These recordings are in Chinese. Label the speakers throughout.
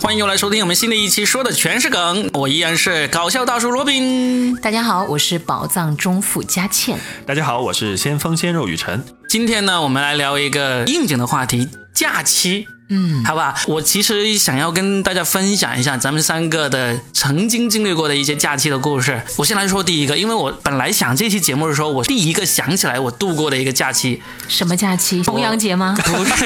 Speaker 1: 欢迎又来收听我们新的一期，说的全是梗。我依然是搞笑大叔罗宾。
Speaker 2: 大家好，我是宝藏中富佳倩。
Speaker 3: 大家好，我是先锋鲜肉雨辰。
Speaker 1: 今天呢，我们来聊一个应景的话题——假期。
Speaker 2: 嗯，
Speaker 1: 好吧，我其实想要跟大家分享一下咱们三个的曾经经历过的一些假期的故事。我先来说第一个，因为我本来想这期节目的时候，我第一个想起来我度过的一个假期，
Speaker 2: 什么假期？重阳 节吗？
Speaker 1: 不是，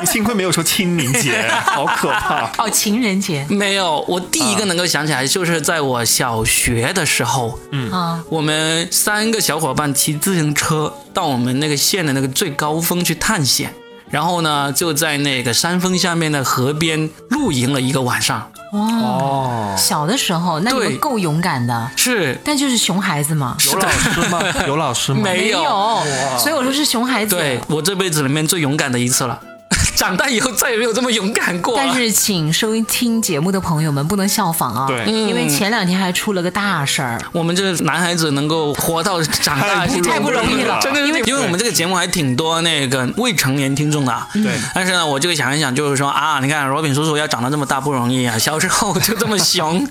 Speaker 3: 你幸亏没有说清明节， 好可怕。
Speaker 2: 哦，情人节
Speaker 1: 没有，我第一个能够想起来就是在我小学的时候，
Speaker 2: 啊、
Speaker 1: 我们三个小伙伴骑自行车到我们那个县的那个最高峰去探险，然后呢，就在那个山峰下面的河边露营了一个晚上。
Speaker 2: 哇！
Speaker 3: 哦，
Speaker 2: 小的时候，那你
Speaker 1: 对
Speaker 2: 们够勇敢的，
Speaker 1: 是
Speaker 2: 但就是熊孩子嘛，
Speaker 3: 有老师吗？有老师吗？
Speaker 1: 没有
Speaker 2: 有，所以我说是熊孩子。
Speaker 1: 对我这辈子里面最勇敢的一次了， 长大以后再也没有这么勇敢过了。
Speaker 2: 但是请收听节目的朋友们不能效仿啊，
Speaker 3: 对
Speaker 2: 因为前两天还出了个大事儿。
Speaker 1: 我们这男孩子能够活到长大，
Speaker 3: 太不容易
Speaker 1: 太不容易 了，
Speaker 3: 了
Speaker 1: 真的是
Speaker 3: 因为
Speaker 1: 因为我们这个节目还挺多那个未成年听众的啊。
Speaker 3: 对，
Speaker 1: 但是呢，我就想一想，就是说啊，你看罗宾叔叔要长到这么大不容易啊，小时候就这么 熊，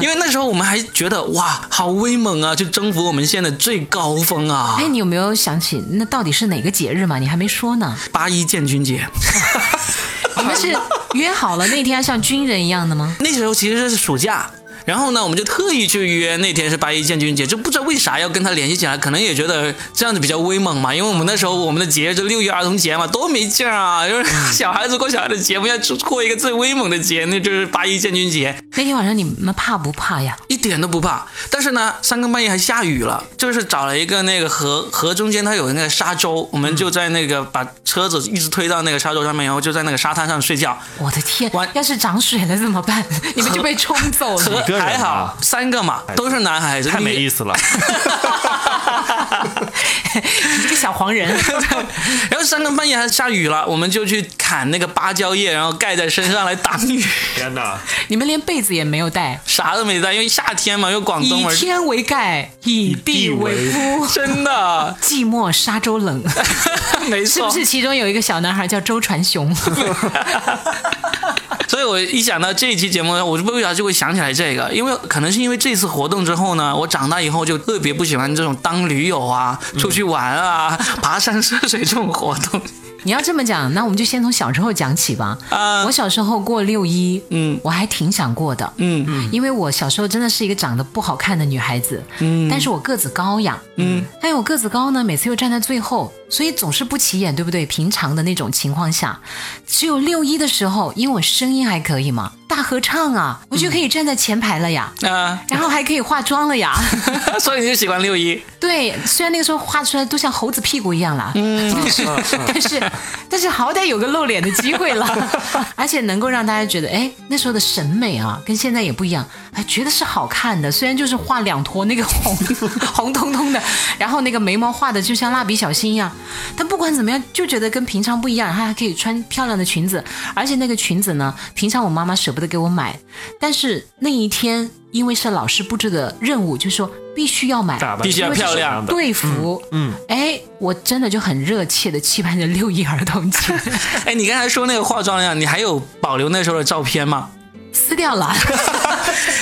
Speaker 1: 因为那时候我们还觉得哇，好威猛啊，就征服我们县的最高峰啊
Speaker 2: 哎，，你有没有想起那到底是哪个节日嘛？你还没说 呢。
Speaker 1: 八一建军节。
Speaker 2: 你们是约好了那天要像军人一样的吗？
Speaker 1: 那时候其实是暑假。然后呢，我们就特意去约那天是八一建军节，就不知道为啥要跟他联系起来，可能也觉得这样子比较威猛嘛，因为我们那时候我们的节日就六一儿童节嘛，多没劲儿啊！就是 小孩子过小孩的节，我们要过一个最威猛的节，那就是八一建军节，
Speaker 2: 那天晚上你们怕不怕呀？
Speaker 1: 一点都不怕。但是呢，三更半夜还下雨了，就是找了一个那个河河中间它有那个沙洲，我
Speaker 3: 嗯
Speaker 1: 们就在那个把车子一直推到那个沙洲上面，然后就在那个沙滩上睡觉。
Speaker 2: 我的天
Speaker 1: 完！
Speaker 2: 要是涨水了怎么 办？你们就被冲走
Speaker 1: 和
Speaker 2: 了。
Speaker 3: 个人啊
Speaker 1: 还好三个嘛，都是男孩子，
Speaker 3: 太没
Speaker 1: 你
Speaker 3: 意思了。
Speaker 2: 你这个小黄人，
Speaker 1: 然后三更半夜还下雨了，我们就去砍那个芭蕉叶，然后盖在身上来挡雨，
Speaker 3: 天哪，
Speaker 2: 你们连被子也没有带，
Speaker 1: 啥都没带，因为夏天嘛，又广东
Speaker 2: 以
Speaker 1: 嘛，
Speaker 2: 天为盖，以地为铺。
Speaker 1: 真 的
Speaker 2: 寂寞沙洲 冷，
Speaker 1: 没
Speaker 2: 是不
Speaker 1: 错。
Speaker 2: 是其中有一个小男孩叫周传 雄？
Speaker 1: 所以我一想到这一期节目，我就不为啥就会想起来这个，因为可能是因为这次活动之后呢，我长大以后就特别不喜欢这种当驴友啊、出去玩啊、
Speaker 2: 嗯
Speaker 1: 爬山涉水这种活动。
Speaker 2: 你要这么讲，那我们就先从小时候讲起吧。
Speaker 1: 啊
Speaker 2: 我小时候过六一，
Speaker 1: 嗯
Speaker 2: 我还挺想过的，
Speaker 1: 嗯
Speaker 2: 因为我小时候真的是一个长得不好看的女孩子，嗯，但是我个子高呀，嗯，但是我个子高呢，每次又站在最后，所以总是不起眼，对不对？平常的那种情况下，只有六一的时候，因为我声音还可以嘛，大合唱啊，我就可以站在前排了 呀，
Speaker 1: 啊、
Speaker 2: 然后还可以化妆了呀。
Speaker 1: 所以你就喜欢六一。
Speaker 2: 对，虽然那个时候画出来都像猴子屁股一样啦，嗯，但是 但是但是好歹有个露脸的机会了，而且能够让大家觉得，哎，那时候的审美啊，跟现在也不一样，哎，觉得是好看的，虽然就是画两坨那个红红彤彤的，然后那个眉毛画的就像蜡笔小新一样，但不管怎么样，就觉得跟平常不一样，然后还可以穿漂亮的裙子，而且那个裙子呢，平常我妈妈舍不得给我买，但是那一天因为是老师布置的任务，就说必须要买。
Speaker 3: 打扮
Speaker 1: 必须要漂亮
Speaker 3: 的，
Speaker 2: 队服，嗯，哎、我真的就很热切的期盼着六一儿童节，
Speaker 1: 哎，你刚才说那个化妆呀，你还有保留那时候的照片吗？
Speaker 2: 撕掉了，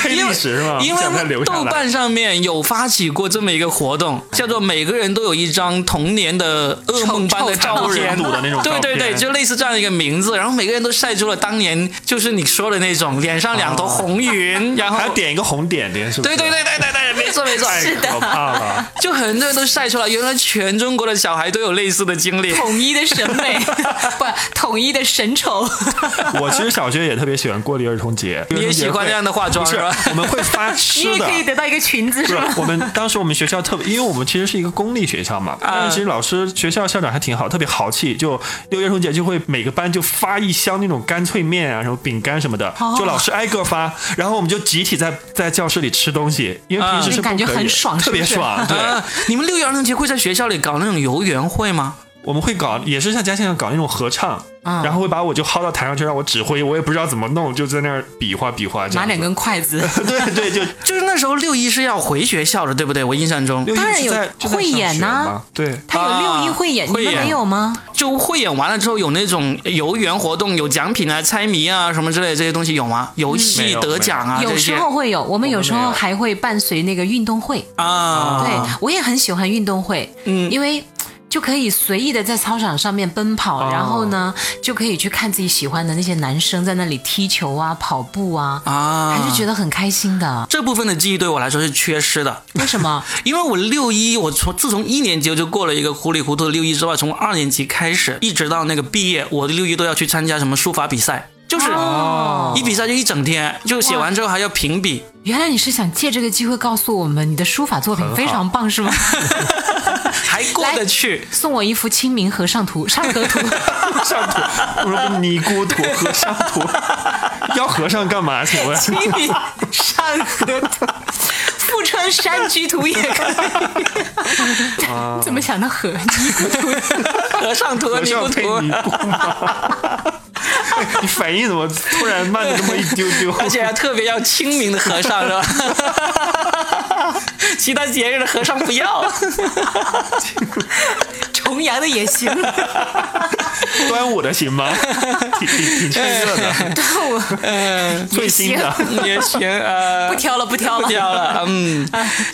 Speaker 3: 黑历史是吗？
Speaker 1: 因
Speaker 3: 不想再留
Speaker 1: 为
Speaker 3: 下
Speaker 1: 豆
Speaker 3: 来。哎
Speaker 1: 瓣上面有发起过这么一个活动，叫做每个人都有一张童年的噩梦般的照
Speaker 3: 丑丑
Speaker 1: 片
Speaker 3: 人物的那种
Speaker 1: 对
Speaker 3: 照
Speaker 1: 对
Speaker 3: 片
Speaker 1: 对，就类似这样一个名字，然后每个人都晒出了当年就是你说的那种脸上两头红云，然后
Speaker 3: 啊还要点一哎个红点点，是不
Speaker 1: 对
Speaker 3: 是？
Speaker 1: 对对对对对，没错没错，
Speaker 3: 太可怕了。
Speaker 1: 就很多人都晒出来，原来全中国的小孩都有类似的经历。
Speaker 2: 统一的审美，不，统一的神丑，
Speaker 3: 我其实小学也特别喜欢过六一儿童节，
Speaker 1: 你也喜欢这样的化妆
Speaker 3: 不
Speaker 1: 是
Speaker 3: 是
Speaker 1: 吧？？
Speaker 3: 我们会发
Speaker 2: 你
Speaker 3: 吃
Speaker 2: 也
Speaker 3: 的
Speaker 2: 可。以得到一个裙子，
Speaker 3: 不
Speaker 2: 是
Speaker 3: 是
Speaker 2: 吧？，
Speaker 3: 我们当时我们学校特别，因为我们其实是一个公立学校嘛，
Speaker 2: 啊
Speaker 3: 但是其实老师、学校校长还挺好，特别豪气。就六一儿童节就会每个班就发一箱那种干脆面啊，什么饼干什么的，
Speaker 2: 哦
Speaker 3: 就老师挨个发，然后我们就集体在在教室里吃东西，因为平时是
Speaker 2: 哦
Speaker 3: 不可以
Speaker 2: 感觉很爽
Speaker 3: 特别
Speaker 2: 是不是啊
Speaker 3: 爽。对，
Speaker 1: 啊，你们六一儿童节会在学校里搞那种游园会吗？
Speaker 3: 我们会搞，也是像嘉庆一样搞那种合唱，
Speaker 2: 嗯
Speaker 3: 然后会把我就薅到台上去让我指挥，我也不知道怎么弄，就在那儿比划比划这
Speaker 2: 拿
Speaker 3: 样子。
Speaker 2: 两根筷子，
Speaker 3: 对对，就
Speaker 1: 就是那时候六一是要回学校的，对不对？我印象中
Speaker 3: 六一
Speaker 2: 当然
Speaker 3: 是
Speaker 2: 有
Speaker 3: 在就在
Speaker 2: 汇
Speaker 3: 上
Speaker 2: 演
Speaker 3: 学
Speaker 2: 呐
Speaker 3: 嘛对，
Speaker 2: 他有六一汇演，
Speaker 1: 啊
Speaker 2: 你们
Speaker 1: 汇演
Speaker 2: 没有吗？
Speaker 1: 就汇演完了之后有那种游园活动，有奖品啊、猜谜啊什么之类的这些东西有吗？游
Speaker 3: 没
Speaker 1: 戏
Speaker 3: 有
Speaker 1: 得奖啊
Speaker 2: 有
Speaker 1: 这
Speaker 2: 时
Speaker 1: 些
Speaker 2: 候会有，我们有时
Speaker 3: 没
Speaker 2: 候
Speaker 3: 有
Speaker 2: 还会伴随那个运动会。
Speaker 1: 啊，
Speaker 2: 对，我也很喜欢运动会，
Speaker 1: 嗯
Speaker 2: 因为。就可以随意的在操场上面奔跑，
Speaker 3: 哦
Speaker 2: 然后呢，就可以去看自己喜欢的那些男生在那里踢球啊、跑步啊，
Speaker 1: 啊，
Speaker 2: 还是觉
Speaker 1: 得
Speaker 2: 得嗯很开心的。
Speaker 1: 这部分的记忆对我来说是缺失的。
Speaker 2: 为什 么？
Speaker 1: 因为我六一，我从自从一年级就过了一个糊里糊涂的六一之外，从二年级开始一直到那个毕业，我的六一都要去参加什么书法比赛，就是
Speaker 2: 哦
Speaker 1: 一比赛就一整天，就写完之后还要评比。
Speaker 2: 原来你是想借这个机会告诉我们你的书法作品非常棒， 是吗？
Speaker 1: 还过得 去，
Speaker 2: 送我一幅《清明和尚图》上河图，
Speaker 3: 上土，我说不尼姑土和尚 土，要和尚干嘛？请问？
Speaker 2: 清明上河图， 富春山居图也可以。怎么想到河尼姑图？
Speaker 1: 和尚图和
Speaker 3: 和
Speaker 1: 尼姑
Speaker 3: 尚配
Speaker 1: 图，
Speaker 3: 尼姑吗？ 你反应怎么突然慢了那么一丢丢？
Speaker 1: 而且还特别要清明的和尚是吧？ 其他节日的和尚不要，
Speaker 2: 重阳的也 行。
Speaker 3: 端午的 行吗？挺挺挺趁热的，
Speaker 2: 端午
Speaker 3: 最新的。
Speaker 1: 哎也行啊。
Speaker 2: 不
Speaker 1: 呃
Speaker 2: 挑了，不挑
Speaker 1: 不
Speaker 2: 了。
Speaker 1: 挑了，嗯，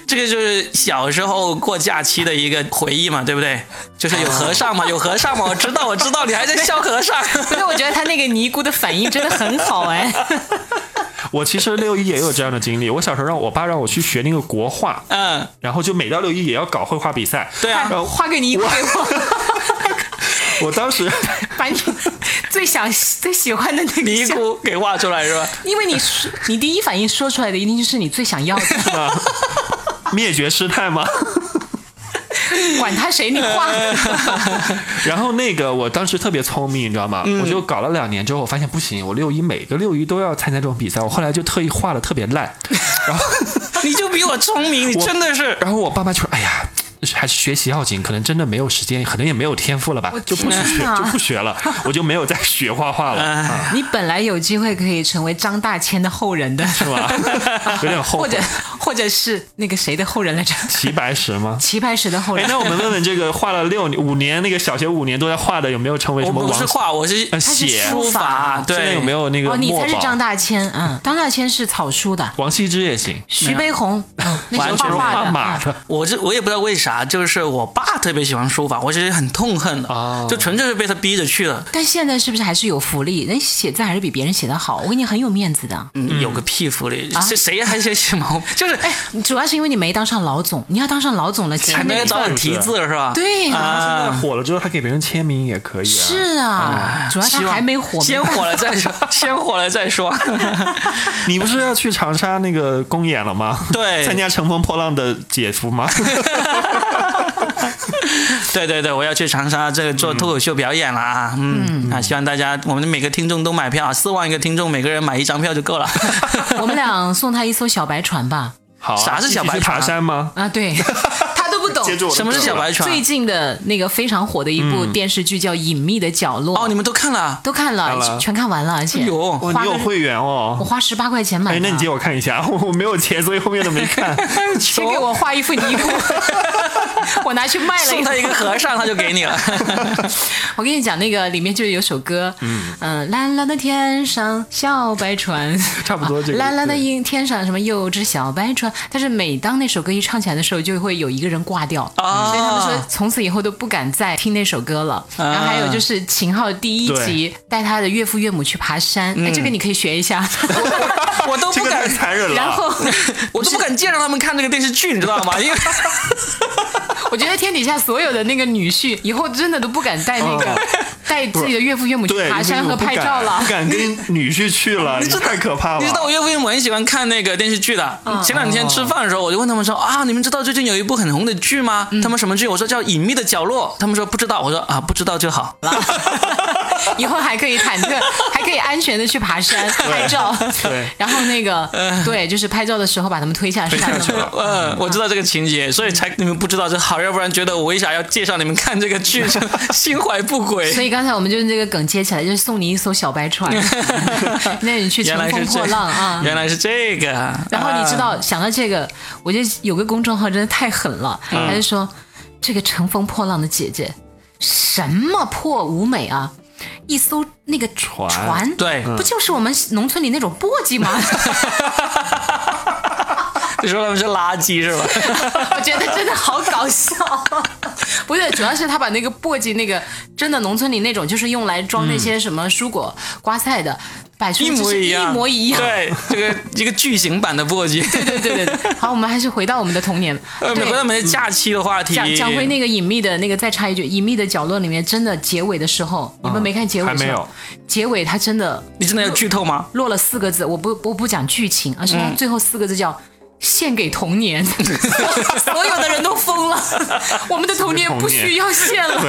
Speaker 1: 这个就是小时候过假期的一个回忆嘛，对不对？就是有和尚嘛，有和尚嘛，我知道，我知道，你还在笑和尚。
Speaker 2: 因为我觉得他那个尼姑的反应真的很好 哎，
Speaker 3: 我其实六一也有这样的经历。我小时候让我爸让我去学那个国画，
Speaker 1: 嗯，
Speaker 3: 然后就每到六一也要搞绘画比赛。
Speaker 1: 对啊，
Speaker 3: 呃
Speaker 2: 画个尼姑给我，
Speaker 3: 我当时
Speaker 2: 把你最想最喜欢的那个
Speaker 1: 尼
Speaker 2: 像，
Speaker 1: 姑给画出来是吧？
Speaker 2: 因为你说你第一反应说出来的一定就是你最想要的，
Speaker 3: 啊，灭绝师太吗？
Speaker 2: 管他谁你 画，
Speaker 3: 然后那个我当时特别聪明，你知道吗？
Speaker 2: 嗯
Speaker 3: 我就搞了两年之后，我发现不行，我六一每个六一都要参加这种比赛，我后来就特意画的特别烂，然后
Speaker 1: 你就比我聪明，你
Speaker 3: 我
Speaker 1: 真的是
Speaker 3: 然后我爸妈就说，哎呀。还是学习要紧，可能真的没有时间，可能也没有天赋了吧，就不
Speaker 2: 天
Speaker 3: 学
Speaker 2: 哪哎
Speaker 3: 就不学了，我就没有再学画画了，啊
Speaker 2: 你本来有机会可以成为张大千的后人的，
Speaker 3: 是吧？有点后
Speaker 2: 或者
Speaker 3: 悔。
Speaker 2: 或者是那个谁的后人来着，
Speaker 3: 齐白石吗？
Speaker 2: 齐白石的后
Speaker 3: 哎
Speaker 2: 人，，
Speaker 3: 那我们问问这个画了六年五年那个小学五年都在画的，有没有成为
Speaker 1: 我
Speaker 3: 什么
Speaker 1: 不是
Speaker 3: 王？
Speaker 1: 画，我是
Speaker 3: 呃，
Speaker 2: 是
Speaker 3: 写
Speaker 2: 书
Speaker 1: 书
Speaker 2: 法
Speaker 1: 法，
Speaker 3: 现在
Speaker 1: 对，
Speaker 3: 有没有那个
Speaker 2: 哦，你才是
Speaker 3: 墨宝
Speaker 2: 张大千，嗯，张大千是草书的，
Speaker 3: 王羲之也行，
Speaker 2: 徐悲鸿，嗯，那是
Speaker 1: 完全是
Speaker 2: 画
Speaker 3: 画
Speaker 2: 的，
Speaker 3: 马
Speaker 2: 嗯
Speaker 3: 的。
Speaker 1: 我这我也不知道为啥，就是我爸特别喜欢书法，我其实很痛恨的，
Speaker 3: 哦
Speaker 1: 就纯粹是被他逼着去的。
Speaker 2: 但现在是不是还是有福利？人写字还是比别人写的好，我给你很有面子的。
Speaker 1: 嗯，有个屁福利，
Speaker 2: 啊
Speaker 1: 谁谁还写写毛？就是
Speaker 2: 哎，主要是因为你没当上老总，你要当上老总了，
Speaker 1: 还
Speaker 2: 前
Speaker 1: 没
Speaker 2: 面
Speaker 1: 有早点提字是吧？
Speaker 2: 对
Speaker 3: 现在
Speaker 1: 啊。
Speaker 3: 火了之后，他给别人签名也可以啊。
Speaker 2: 是啊，主要
Speaker 1: 希
Speaker 2: 他
Speaker 1: 望
Speaker 2: 还没火，
Speaker 1: 先火了再说， 先火了再说。
Speaker 3: 你不是要去长沙那个公演了吗？
Speaker 1: 对
Speaker 3: 参加《乘风破浪的姐夫》 吗？
Speaker 1: 对对对，我要去长沙这个做脱口秀表演了啊！嗯，啊，希望大家我们的每个听众都买票，啊四万个听众，每个人买一张票就够了。
Speaker 2: 我们俩送他一艘小白船吧。
Speaker 3: 好啊，
Speaker 1: 啥是小白
Speaker 3: 一起去
Speaker 1: 船啊
Speaker 3: 爬山吗？
Speaker 2: 啊，对他都不懂。
Speaker 3: 接住我的
Speaker 1: 什么是
Speaker 3: 梗
Speaker 1: 小
Speaker 3: 了
Speaker 1: 白船？
Speaker 2: 最近的那个非常火的一部电视剧叫《隐秘的角落》，
Speaker 1: 哦，你们都看了？
Speaker 2: 都看了，
Speaker 3: 看了
Speaker 2: 全看完了，而且
Speaker 1: 哎呦
Speaker 2: 花
Speaker 3: 哇，你有
Speaker 2: 了
Speaker 3: 会员
Speaker 2: 我
Speaker 3: 哦。
Speaker 2: 花十八块钱买的。
Speaker 3: 哎，那你借我看一下， 我我没有钱，所以后面都没看。
Speaker 2: 先给我画一幅尼姑，我拿去卖了
Speaker 1: 送
Speaker 2: 一
Speaker 1: 他一个和尚，他就给 你了。
Speaker 2: 我跟你讲，那个里面就是有首歌，嗯，蓝蓝的天上小白船，
Speaker 3: 差不多这 个
Speaker 2: 蓝蓝的
Speaker 3: 对
Speaker 2: 阴天上什么有只小白船，但是每当那首歌一唱起来的时候，就会有一个人挂掉。
Speaker 1: 啊
Speaker 2: 所以他们说，从此以后都不敢再听那首歌了。
Speaker 3: 啊
Speaker 2: 然后还有就是秦昊第一集带他的岳父岳母去爬山，
Speaker 3: 嗯
Speaker 2: 哎，这个你可以学一 下。
Speaker 1: 我都
Speaker 3: 这
Speaker 1: 不
Speaker 3: 个
Speaker 1: 敢
Speaker 3: 太，残忍了。
Speaker 2: 然后
Speaker 1: 我都不敢介绍他们看这个电视剧，你知道吗？因为
Speaker 2: 我觉得天底下所有的那个女婿，以后真的都不敢带那个
Speaker 3: 哦
Speaker 2: 带自己的岳父岳母去
Speaker 3: 对，
Speaker 2: 爬山
Speaker 3: 因为
Speaker 2: 和
Speaker 3: 我不
Speaker 2: 拍
Speaker 3: 敢
Speaker 2: 照了
Speaker 3: 不。敢跟女婿 去了，你太可怕了。
Speaker 1: 你知道我岳父岳母很喜欢看那个电视剧的。
Speaker 2: 嗯
Speaker 1: 前两天吃饭的时候，我就问他们说啊，你们知道最近有一部很红的剧
Speaker 2: 嗯
Speaker 1: 吗？他们什么剧？我说叫《隐秘的角落》，他们说不知道。我说啊，不知道就好。
Speaker 2: 以后还可以忐忑，还可以安全的去爬山拍照。
Speaker 3: 对
Speaker 2: 然后那个对，就是拍照的时候把他们推下山
Speaker 3: 推下去了
Speaker 1: 呃，我知道这个情节，所以才你们不知道这好，要不然觉得我为啥要介绍你们看这个剧，就 心怀不
Speaker 2: 所
Speaker 1: 轨。
Speaker 2: 以刚才我们就是这个梗接起来，就是送你一艘小白船，那你去
Speaker 1: 原
Speaker 2: 乘
Speaker 1: 来
Speaker 2: 风
Speaker 1: 是
Speaker 2: 破
Speaker 1: 这
Speaker 2: 浪啊。
Speaker 1: 原来是这个。
Speaker 2: 然后你知道，
Speaker 1: 啊
Speaker 2: 想到这个，我就有个公众号真的太狠了，他就说这个乘风破浪的姐姐什么破舞美啊，一艘那个船，船
Speaker 1: 对
Speaker 2: 不就是我们农村里那种簸箕吗？
Speaker 1: 你说他们是垃圾是吧？
Speaker 2: 我觉得真的好搞笑。 不是，主要是他把那个簸箕那个真的农村里那种，就是用来装那些什么蔬果、瓜菜的，摆出
Speaker 1: 一
Speaker 2: 就
Speaker 1: 模
Speaker 2: 是
Speaker 1: 一样，
Speaker 2: 一模一样。
Speaker 1: 对，这个一个巨型版的簸箕。
Speaker 2: 对对对对，好，我们还是回到我们的童年。
Speaker 1: 呃，
Speaker 2: 对
Speaker 1: 回到我们的假期的话题，
Speaker 2: 讲讲回那个隐秘的那个，再插一句，隐秘的角落里面，真的结尾的时候，你们啊没看结尾
Speaker 3: 还
Speaker 2: 是吧
Speaker 3: 没有，
Speaker 2: 结尾他真的
Speaker 1: 你真的要剧透吗？
Speaker 2: 落了四个字，我不我不讲剧情，而是他最后四个字叫。献给童年， 所有的人都疯 了，我们的童年不需要献了。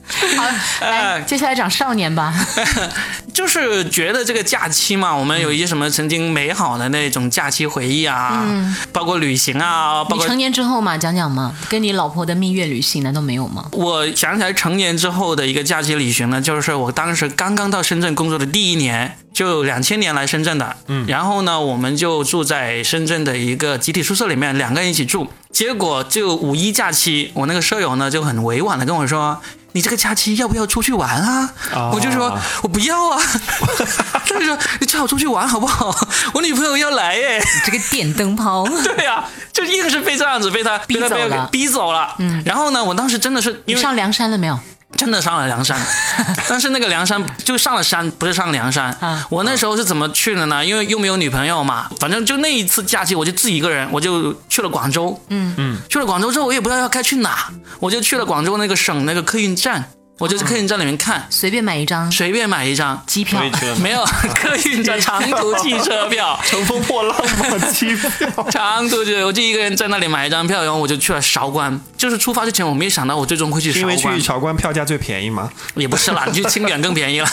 Speaker 3: 对，
Speaker 2: 好，来，
Speaker 1: 呃
Speaker 2: 接下来讲少年吧。
Speaker 1: 就是觉得这个假期嘛，我们有一些什么曾经美好的那种假期回忆啊，
Speaker 2: 嗯
Speaker 1: 包括旅行啊，包
Speaker 2: 你
Speaker 1: 括
Speaker 2: 成年之后嘛，讲讲嘛，跟你老婆的蜜月旅行难道没有吗？
Speaker 1: 我想起来成年之后的一个假期旅行呢，就是我当时刚刚到深圳工作的第一年，就两千年来深圳的。嗯，然后呢，我们就住在深圳的一个集体宿舍里面，两个人一起住。结果就五一假期，我那个舍友呢就很委婉的跟我说。你这个假期要不要出去玩啊？
Speaker 3: 哦
Speaker 1: 我就说，我不要 啊。他就说，你最好出去玩好不好？我女朋友要来耶。
Speaker 2: 你这个电灯泡，
Speaker 1: 对呀、就硬是被这样子被他被他
Speaker 2: 逼走
Speaker 1: 被
Speaker 2: 了
Speaker 1: 逼走了。嗯，然后呢，我当时真的是
Speaker 2: 你
Speaker 1: 因为
Speaker 2: 上梁山了没有？
Speaker 1: 真的上了梁山，但是那个梁山就上了山，不是上梁山。
Speaker 2: 啊
Speaker 1: 我那时候是怎么去的呢？因为又没有女朋友嘛，反正就那一次假期，我就自己一个人，我就去了广州。嗯嗯，去了广州之后，我也不知道要该去哪，我就去了广州那个省那个客运站，我就去客运站里面看，
Speaker 2: 随便买一张
Speaker 1: 随便买一张，
Speaker 2: 机票
Speaker 3: 所以，去了
Speaker 1: 没有客运站长途汽车票。
Speaker 3: 乘风破浪嘛，机票。
Speaker 1: 长途就我就一个人在那里买一张票，然后我就去了韶关。就是出发之前，我没想到我最终会去韶
Speaker 3: 是因为去
Speaker 1: 关。
Speaker 3: 韶关票价最便宜嘛，
Speaker 1: 也不是啦，你去清远更 便宜了。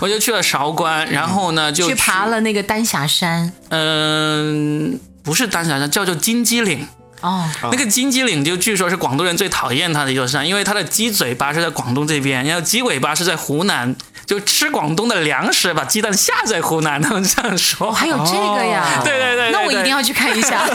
Speaker 1: 我就去了韶关，然后呢就
Speaker 2: 去爬，了那个丹霞山。
Speaker 1: 嗯、不是丹霞山，叫做金鸡岭。
Speaker 2: 哦，
Speaker 1: 那个金鸡岭就据说是广东人最讨厌它的一座山，因为它的鸡嘴巴是在广东这边，然后鸡尾巴是在湖南，就吃广东的粮食，把鸡蛋下在湖南，他们这样说。
Speaker 2: 哦，还有这个呀？
Speaker 1: 对对对对
Speaker 2: 那我一
Speaker 1: 对
Speaker 2: 定要去看一 下。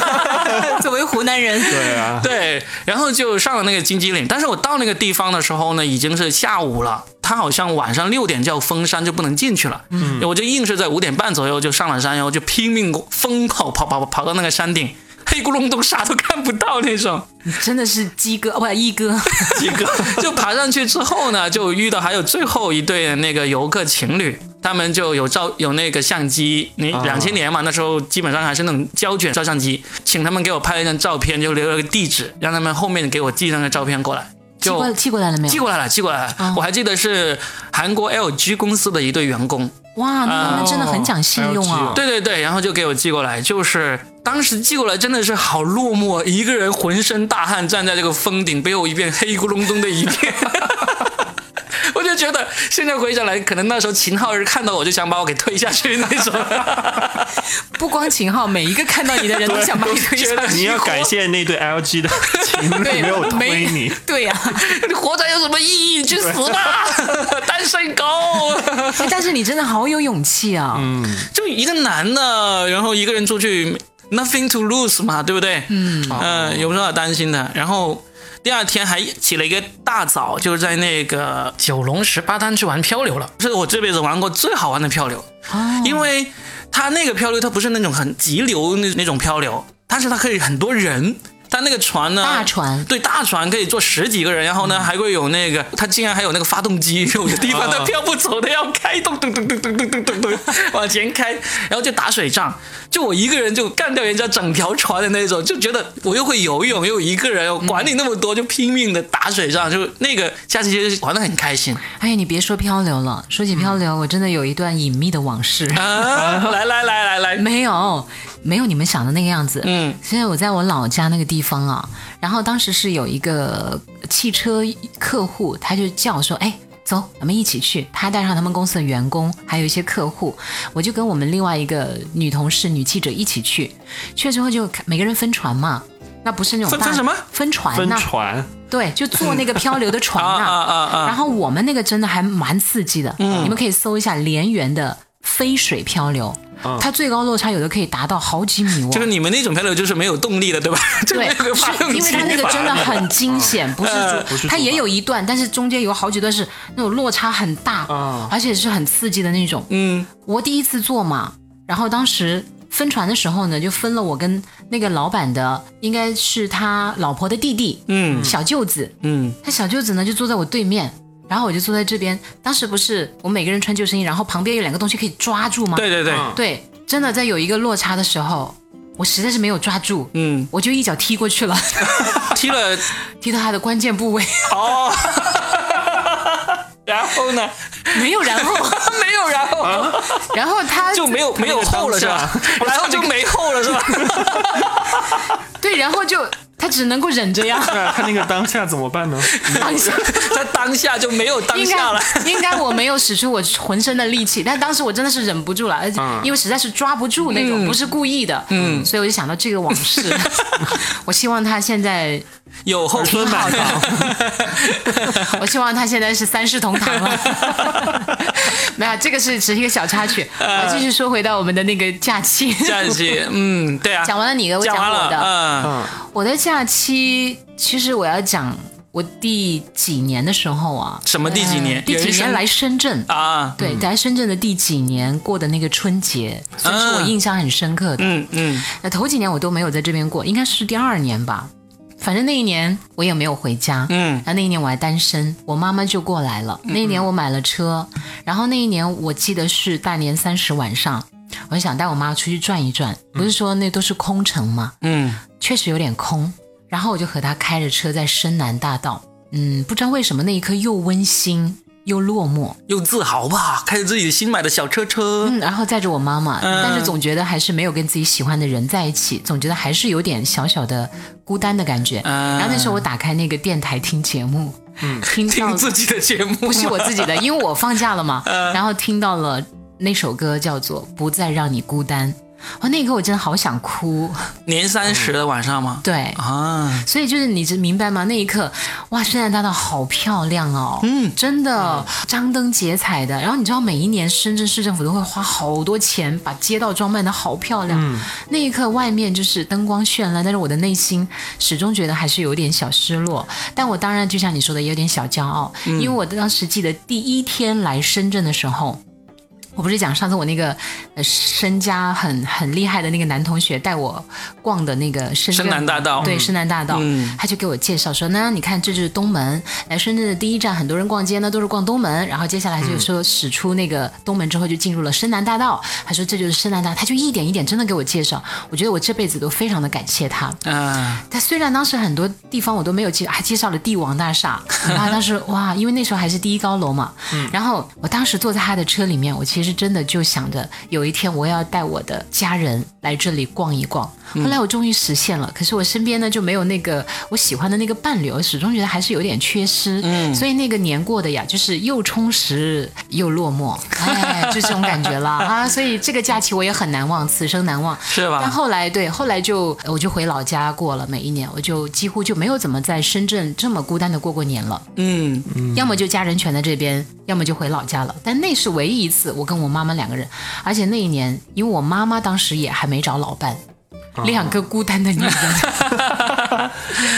Speaker 2: 作为湖南人，
Speaker 3: 对啊，
Speaker 1: 对，然后就上了那个金鸡岭，但是我到那个地方的时候呢，已经是下午了。它好像晚上六点就要封山，就不能进去了。嗯，我就硬是在五点半左右就上了山，然后就拼命疯跑，跑跑跑跑到那个山顶，黑咕隆咚啥都看不到那种。
Speaker 2: 你真的是鸡哥，哦不，一哥，
Speaker 1: 几个就爬上去之后呢，就遇到还有最后一对那个游客情侣，他们就有照有那个相机，你
Speaker 3: 啊
Speaker 1: 两千年嘛，那时候基本上还是那种胶卷照相机，请他们给我拍了一张照片，就留了个地址，让他们后面给我寄那个照片过来，
Speaker 2: 寄过
Speaker 1: 就
Speaker 2: 寄过来啊了没
Speaker 1: 寄
Speaker 2: 有？
Speaker 1: 过来了，寄过来了。我还记得是韩国 LG 公司的一对员工，
Speaker 2: 哇，
Speaker 1: 啊
Speaker 2: 那那真的很讲信用啊
Speaker 3: 哦！
Speaker 1: 对对对，然后就给我寄过来，就是当时寄过来真的是好落寞，一个人浑身大汗站在这个峰顶，背后一片黑咕隆咚的一片。 我就觉得现在回想来，可能那时候秦昊是看到我就想把我给推下去那种，
Speaker 2: 不光秦昊，每一个看到你的人都想把你推
Speaker 1: 觉
Speaker 2: 下
Speaker 1: 得
Speaker 2: 去。
Speaker 3: 你要感谢那对 LG 的 情
Speaker 2: 对，
Speaker 3: 侣没有推
Speaker 2: 没
Speaker 3: 你。
Speaker 2: 对啊呀、
Speaker 1: 你活着有什么意义？去死吧， 单身狗！
Speaker 2: 哎但是你真的好有勇气啊！
Speaker 1: 嗯就一个男的，然后一个人出去，nothing to lose 嘛，对不对？嗯，呃，有什么好担心的？然后第二天还起了一个大早，就是在那个九龙十八滩去玩漂流了，是我这辈子玩过最好玩的漂流，
Speaker 2: 哦，
Speaker 1: 因为它那个漂流它不是那种很急流那那种漂流，但是它可以很多人。它那个船呢？
Speaker 2: 大船
Speaker 1: 对大船可以坐十几个人，然后呢还会有那个，它竟然还有那个发动机， 有的地方它漂不走，它要开动，咚咚咚咚咚咚咚咚往前开，然后就打水仗，就我一个人就干掉人家整条船的那种，就觉得我又会游泳又一个人，我管你那么多，就拼命的打水仗，就那个假期其实玩的很开 心
Speaker 2: 哎呀，你别说漂流了，说起漂
Speaker 1: 嗯
Speaker 2: 流，我真的有一段隐秘的往事。
Speaker 1: 啊！来来来来来，
Speaker 2: 没有，没有你们想的那个样子。
Speaker 1: 嗯，
Speaker 2: 现在我在我老家那个地方啊，然后当时是有一个汽车客户，他就叫说：“哎，走，我们一起去。他带上他们公司的员工，还有一些客户，我就跟我们另外一个女同事、女记者一起去。去了之后就看每个人分船嘛，那不是那种
Speaker 1: 分
Speaker 2: 大
Speaker 1: 分什么
Speaker 2: 分船
Speaker 3: 分
Speaker 2: 呐、
Speaker 3: 船，
Speaker 2: 对，就坐那个漂流的 船
Speaker 1: 啊啊啊啊嗯
Speaker 2: 然后我们那个真的还蛮刺激的，你们可以搜一下连元的飞水漂流，
Speaker 1: 嗯
Speaker 2: 它最高落差有的可以达到好几米哦。
Speaker 1: 就是你们那种漂流就是没有动力的，对吧？ 就没
Speaker 2: 对，
Speaker 1: 有个发
Speaker 2: 是
Speaker 1: 动机
Speaker 2: 因为它那个真的很惊险，不是
Speaker 1: 呃
Speaker 2: 主，它也有一段，但是中间有好几段是那种落差很大，而且是很刺激的那种。
Speaker 1: 嗯，
Speaker 2: 我第一次做嘛，然后当时分船的时候呢，就分了我跟那个老板的，应该是他老婆的弟弟，
Speaker 1: 嗯
Speaker 2: 小舅子，
Speaker 1: 嗯，
Speaker 2: 他小舅子呢就坐在我对面。然后我就坐在这边，当时不是我们每个人穿救生衣，然后旁边有两个东西可以抓住吗？
Speaker 1: 对对对，
Speaker 3: 嗯
Speaker 2: 对，真的在有一个落差的时候，我实在是没有抓住，
Speaker 1: 嗯，
Speaker 2: 我就一脚踢过去了，
Speaker 1: 踢了
Speaker 2: 踢到他的关键部位，
Speaker 1: 哦。 然后呢？ 啊
Speaker 2: 没有然后，
Speaker 1: 没有然后，
Speaker 2: 然后他
Speaker 1: 就没有没有后了是吧？然后就没后了是 吧？
Speaker 2: 对，然后就他只能够忍着呀，
Speaker 3: 对啊，他那个当下怎 么办呢？
Speaker 2: 当下。
Speaker 1: 他当下就没有当
Speaker 2: 应
Speaker 1: 下了。
Speaker 2: 该 应该我没有使出我浑身的力气，但当时我真的是忍不住了，而且
Speaker 1: 嗯
Speaker 2: 因为实在是抓不住那种，不是故意的，嗯，所以我就想到这个往 事。我希望他现在，
Speaker 1: 有后
Speaker 3: 春满堂，
Speaker 2: 我希望他现在是三世同堂 了。没有，这个是只是一个小插曲。我继续说回到我们的那个假期，
Speaker 1: 呃假期，嗯，对啊，
Speaker 2: 讲完了你的，我
Speaker 1: 讲完
Speaker 2: 我
Speaker 1: 了，
Speaker 2: 的，
Speaker 1: 嗯
Speaker 2: 我的假期，其实我要讲我第几年的时候啊，
Speaker 1: 什么第几年
Speaker 2: 呃第几
Speaker 1: 人生
Speaker 2: 年来深圳。
Speaker 1: 啊，
Speaker 2: 对，来深圳的第几年过的那个春节，算是我印象很深刻的。
Speaker 1: 嗯嗯
Speaker 2: 那头几年我都没有在这边过，应该是第二年吧。反正那一年我也没有回家，
Speaker 1: 嗯，
Speaker 2: 那那一年我还单身，我妈妈就过来了。那一年我买了车，然后那一年我记得是大年三十晚上，我就想带我妈出去转一转。不是说那都是空城嘛，
Speaker 1: 嗯，
Speaker 2: 确实有点空。然后我就和他开着车在深南大道，嗯，不知道为什么那一刻又温馨又落寞，
Speaker 1: 又自豪吧，开着自己新买的小车车，
Speaker 2: 嗯，然后载着我妈妈，
Speaker 1: 嗯
Speaker 2: 但是总觉得还是没有跟自己喜欢的人在一起，总觉得还是有点小小的孤单的感觉。
Speaker 1: 嗯
Speaker 2: 然后那时候我打开那个电台听节目，嗯，听到
Speaker 1: 听自己的嗯节目，
Speaker 2: 不是我自 己的，因为我放假了嘛，然后听到了那首歌叫做《不再让你孤单》，哇，那一刻我真的好想哭，
Speaker 1: 年三十的晚上吗？
Speaker 2: 对，
Speaker 1: 啊，
Speaker 2: 所以就是你这明白吗？那一刻，哇，圣诞大道好漂亮哦，嗯，真的张灯结彩的。然后你知道，每一年深圳市政府都会花好多钱把街道装扮的好漂亮。那一刻，外面就是灯光绚烂，但是我的内心始终觉得还是有点小失落。但我当然就像你说的，也有点小骄傲，因为我当时记得第一天来深圳的时候。我不是讲上次我那个呃身家很很厉害的那个男同学带我逛的那个深圳
Speaker 1: 深南大道
Speaker 2: 对深南大道，
Speaker 1: 嗯
Speaker 2: 他就给我介绍说，那你看这就是东门，来深圳的第一站，很多人逛街呢都是逛东门，然后接下来就说驶出那个东门之后就进入了深南大道，他说这就是深南大道，他就一点一点真的给我介绍，我觉得我这辈子都非常的感谢他，
Speaker 1: 啊，
Speaker 2: 他虽然当时很多地方我都没有介，还介绍了帝王大厦， 然后当时哇，因为那时候还是第一高楼嘛，
Speaker 1: 嗯
Speaker 2: 然后我当时坐在他的车里面，我其实真的就想着有一天我要带我的家人来这里逛一逛。
Speaker 1: 嗯
Speaker 2: 后来我终于实现了，可是我身边呢就没有那个我喜欢的那个伴侣，我始终觉得还是有点缺失。
Speaker 1: 嗯
Speaker 2: 所以那个年过的呀，就是又充实又落寞，哎，就这种感觉 了啊。所以这个假期我也很难忘，此生难忘。
Speaker 1: 是吧
Speaker 2: 但后来对，后来就我就回老家过了，每一年我就几乎就没有怎么在深圳这么孤单的过过年了，
Speaker 1: 嗯，
Speaker 2: 要么就家人全在这边，要么就回老家了。但那是唯一一次我跟我妈妈两个人，而且那一年因为我妈妈当时也还没找老伴，
Speaker 3: 啊
Speaker 2: 两个孤单的女人，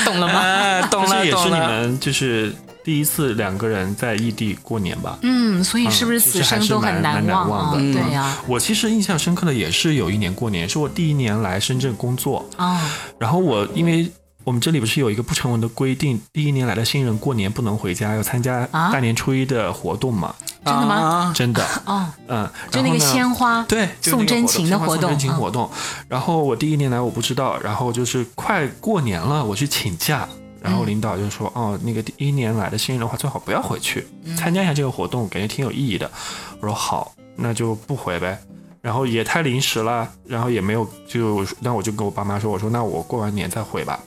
Speaker 2: 懂了吗？
Speaker 1: 啊，懂
Speaker 3: 这
Speaker 1: 了
Speaker 3: 也是
Speaker 1: 懂
Speaker 3: 你
Speaker 1: 了，
Speaker 3: 们就是第一次两个人在异地过年吧？
Speaker 2: 嗯，所以是不是
Speaker 3: 其
Speaker 2: 此
Speaker 3: 实还
Speaker 2: 生
Speaker 3: 是
Speaker 2: 都很
Speaker 3: 蛮蛮难
Speaker 2: 忘
Speaker 3: 忘
Speaker 2: 啊？
Speaker 3: 的
Speaker 2: 对呀，
Speaker 3: 我其实印象深刻的也是有一年过年，是我第一年来深圳工作，
Speaker 2: 啊，
Speaker 3: 然后我因为我们这里不是有一个不成文的规定，第一年来的新人过年不能回家，要参加
Speaker 2: 啊
Speaker 3: 大年初一的活动嘛？
Speaker 2: 真的吗？
Speaker 1: 啊？
Speaker 3: 真的，
Speaker 2: 哦，
Speaker 3: 嗯，
Speaker 2: 就那个
Speaker 3: 然后呢
Speaker 2: 鲜花
Speaker 3: 对
Speaker 2: 送真情的活
Speaker 3: 活
Speaker 2: 动
Speaker 3: 送真情
Speaker 2: 嗯
Speaker 3: 活动。然后我第一年来我不知道，然后就是快过年了，我去请假。然
Speaker 2: 嗯
Speaker 3: 后领导就说：“哦，那个第一年来的新人的话，最好不要回去，
Speaker 2: 嗯
Speaker 3: 参加一下这个活动，感觉挺有意义的。”我说：“好，那就不回呗。”然后也太临时了，然后也没有就那我就跟我爸妈说：“我说那我过完年再回吧。”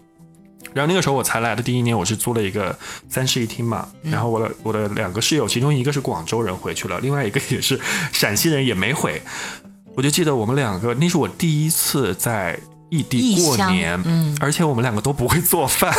Speaker 3: 然后那个时候我才来的第一年，我是租了一个三室一厅嘛。
Speaker 2: 嗯
Speaker 3: 然后我的我的两个室友，其中一个是广州人回去了，另外一个也是陕西人，也没回。我就记得我们两个，那是我第一次在异地
Speaker 2: 异
Speaker 3: 过
Speaker 2: 乡
Speaker 3: 年，
Speaker 2: 嗯
Speaker 3: 而且我们两个都不会做饭，